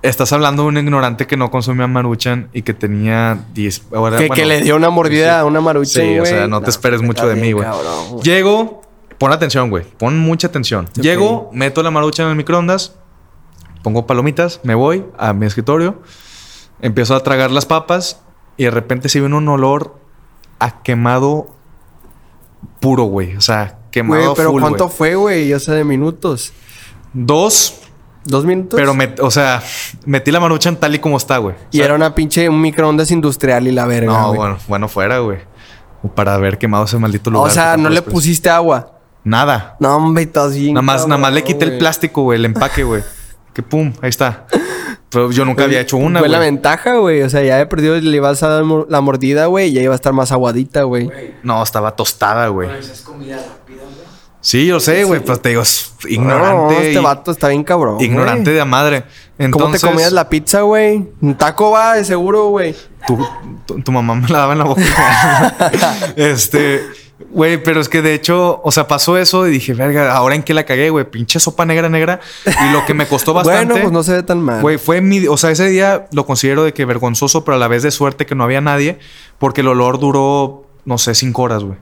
B: Estás hablando de un ignorante que no consumía maruchan y que tenía 10... ahora,
A: que, que
B: bueno,
A: le dio una mordida
B: sí.
A: a una marucha.
B: Sí, o sea, no te esperes mucho de mí, güey. Llego, pon atención, güey. Pon mucha atención.
A: Ok.
B: Llego, meto la marucha en el microondas, pongo palomitas, me voy a mi escritorio, empiezo a tragar las papas y de repente se viene un olor a quemado puro, güey. O sea, quemado
A: Güey, pero
B: full,
A: ¿cuánto
B: güey.
A: fue, güey? O sea, de minutos.
B: Dos,
A: ¿Dos minutos?
B: pero me, o sea, metí la marucha en tal y como está, güey. O
A: Y
B: sea,
A: era una pinche un microondas industrial y la verga.
B: No,
A: güey.
B: bueno, bueno fuera, güey. Para haber quemado ese maldito lugar.
A: O sea,
B: que
A: no le
B: tampoco es-
A: pusiste agua.
B: Nada.
A: No, hombre, todo así.
B: Nada más, nada más le
A: cabrón,
B: quité el
A: güey.
B: plástico, güey, el empaque, güey. Que pum, ahí está. Pero yo nunca había hecho una,
A: Fue la
B: güey.
A: ventaja, güey. O sea, ya de perdido le ibas a dar mor- la mordida, güey. Y ya iba a estar más aguadita, güey.
C: Güey,
B: No, estaba tostada, güey.
C: pero esa es comida rápida, güey.
B: Sí, yo sé, güey, pero te digo, es
A: No,
B: ignorante.
A: este
B: y-
A: vato está bien cabrón. güey.
B: ignorante de madre.
A: ¿Cómo
B: Entonces,
A: te comías la pizza, güey? Un taco va, de seguro, güey.
B: Tu, tu- tu mamá me la daba en la boca. este, güey, pero es que de hecho, o sea, pasó eso y dije, verga, ahora en qué la cagué, güey, pinche sopa negra, negra. Y lo que me costó bastante.
A: Bueno, pues no se ve tan mal.
B: Güey, fue mi. O sea, ese día lo considero de que vergonzoso, pero a la vez de suerte que no había nadie, porque el olor duró, no sé, cinco horas, güey.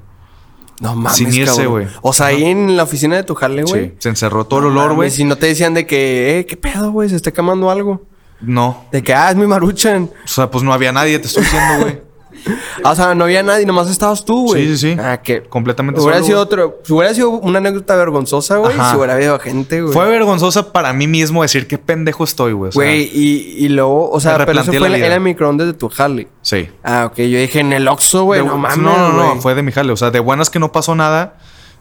A: no mames,
B: sin irse,
A: cabrón.
B: güey.
A: O sea, ahí en la oficina de tu jale, güey.
B: Sí. Se encerró todo el olor,
A: Mames,
B: güey.
A: Si no te decían de que, eh, qué pedo, güey, se está quemando algo.
B: No.
A: De que, ah, es mi maruchan.
B: O sea, pues no había nadie, te estoy diciendo, güey.
A: Ah, O sea, no había nadie, nomás estabas tú, güey.
B: Sí, sí, sí.
A: Ah, que
B: Completamente
A: Hubiera
B: solo,
A: sido
B: güey.
A: otro. Si hubiera sido una anécdota vergonzosa, güey.
B: Ajá.
A: Si hubiera habido gente, güey.
B: Fue vergonzosa para mí mismo decir qué pendejo estoy, güey. o sea,
A: Güey, y, y luego, o sea,
B: Me
A: pero eso
B: replanteé
A: fue
B: la
A: en
B: vida.
A: el microondas de tu jale.
B: Sí.
A: Ah, ok. Yo dije en el Oxxo, güey.
B: De-
A: No mames.
B: No, no,
A: güey.
B: no, fue de mi jale. O sea, de buenas que no pasó nada,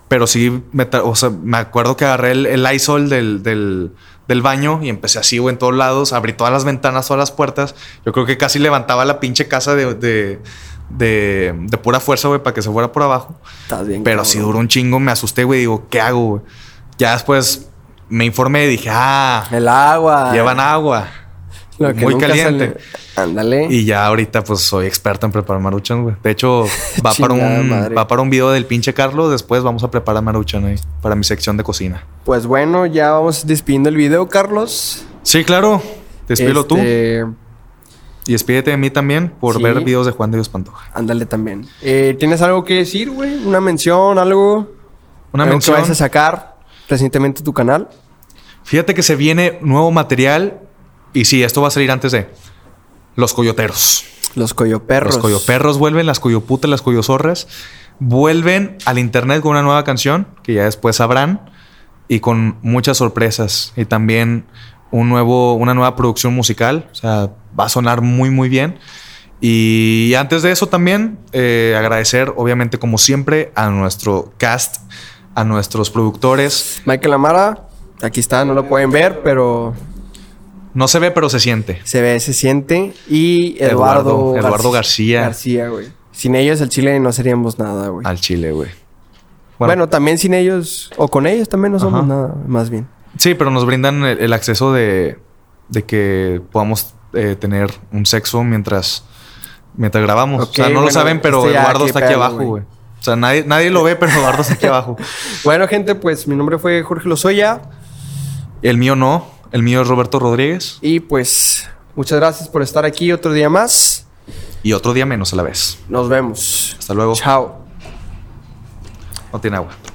B: pero sí me, tra- o sea, me acuerdo que agarré el, el Lysol del, del, del baño y empecé así, güey, en todos lados. Abrí todas las ventanas, todas las puertas. Yo creo que casi levantaba la pinche casa de, de, de, de pura fuerza, güey, para que se fuera por abajo.
A: Estás bien.
B: Pero
A: cabrón.
B: sí duró un chingo, me asusté, güey. Digo, ¿qué hago, güey? Ya después me informé y dije, ah,
A: El agua.
B: llevan agua.
A: Lo que
B: muy
A: nunca
B: caliente.
A: sale. Ándale.
B: Y ya ahorita pues soy experto en preparar maruchan, güey. De hecho, va para
A: Chingada
B: un
A: madre.
B: va para un video del pinche Carlos, después vamos a preparar maruchan ahí para mi sección de cocina.
A: Pues bueno, ya vamos despidiendo el video, Carlos.
B: Sí, claro. Despídelo
A: Este,
B: tú y despídete de mí también por
A: Sí.
B: ver videos de Juan de Dios Pantoja.
A: Ándale también. Eh, ¿Tienes algo que decir, güey? ¿Una mención, algo?
B: Una
A: ¿Algo
B: mención.
A: que vayas a sacar recientemente tu canal?
B: Fíjate que se viene nuevo material y sí, esto va a salir antes de Los Coyoteros.
A: Los Coyoperros.
B: Los Coyoperros vuelven, las Coyoputas, las Coyozorras vuelven al internet con una nueva canción que ya después sabrán y con muchas sorpresas y también un nuevo, una nueva producción musical. O sea, va a sonar muy, muy bien. Y antes de eso también eh, agradecer, obviamente, como siempre, a nuestro cast, a nuestros productores.
A: Michael Amara, aquí está, no lo pueden ver, pero
B: No se ve, pero se siente.
A: se ve, se siente. Y Eduardo
B: Eduardo- Eduardo García. Ah,
A: García, güey. Sin ellos, el Chile no seríamos nada, güey.
B: Al chile, güey.
A: Bueno, también sin ellos, o con ellos también no somos
B: Ajá.
A: nada, más bien.
B: Sí, pero nos brindan el, el acceso de, de que podamos eh, tener un sexo mientras, mientras grabamos.
A: Ok,
B: o sea, no lo
A: bueno,
B: saben, pero
A: este ya,
B: Eduardo
A: qué
B: está aquí
A: pedo,
B: abajo,
A: güey.
B: güey. O sea, nadie, nadie lo ve, pero Eduardo está aquí abajo.
A: Bueno, gente, pues mi nombre fue Jorge Lozoya.
B: El mío no. El mío es Roberto Rodríguez.
A: Y pues, muchas gracias por estar aquí otro día más.
B: Y otro día menos a la vez.
A: Nos vemos.
B: Hasta luego.
A: Chao.
B: No tiene agua.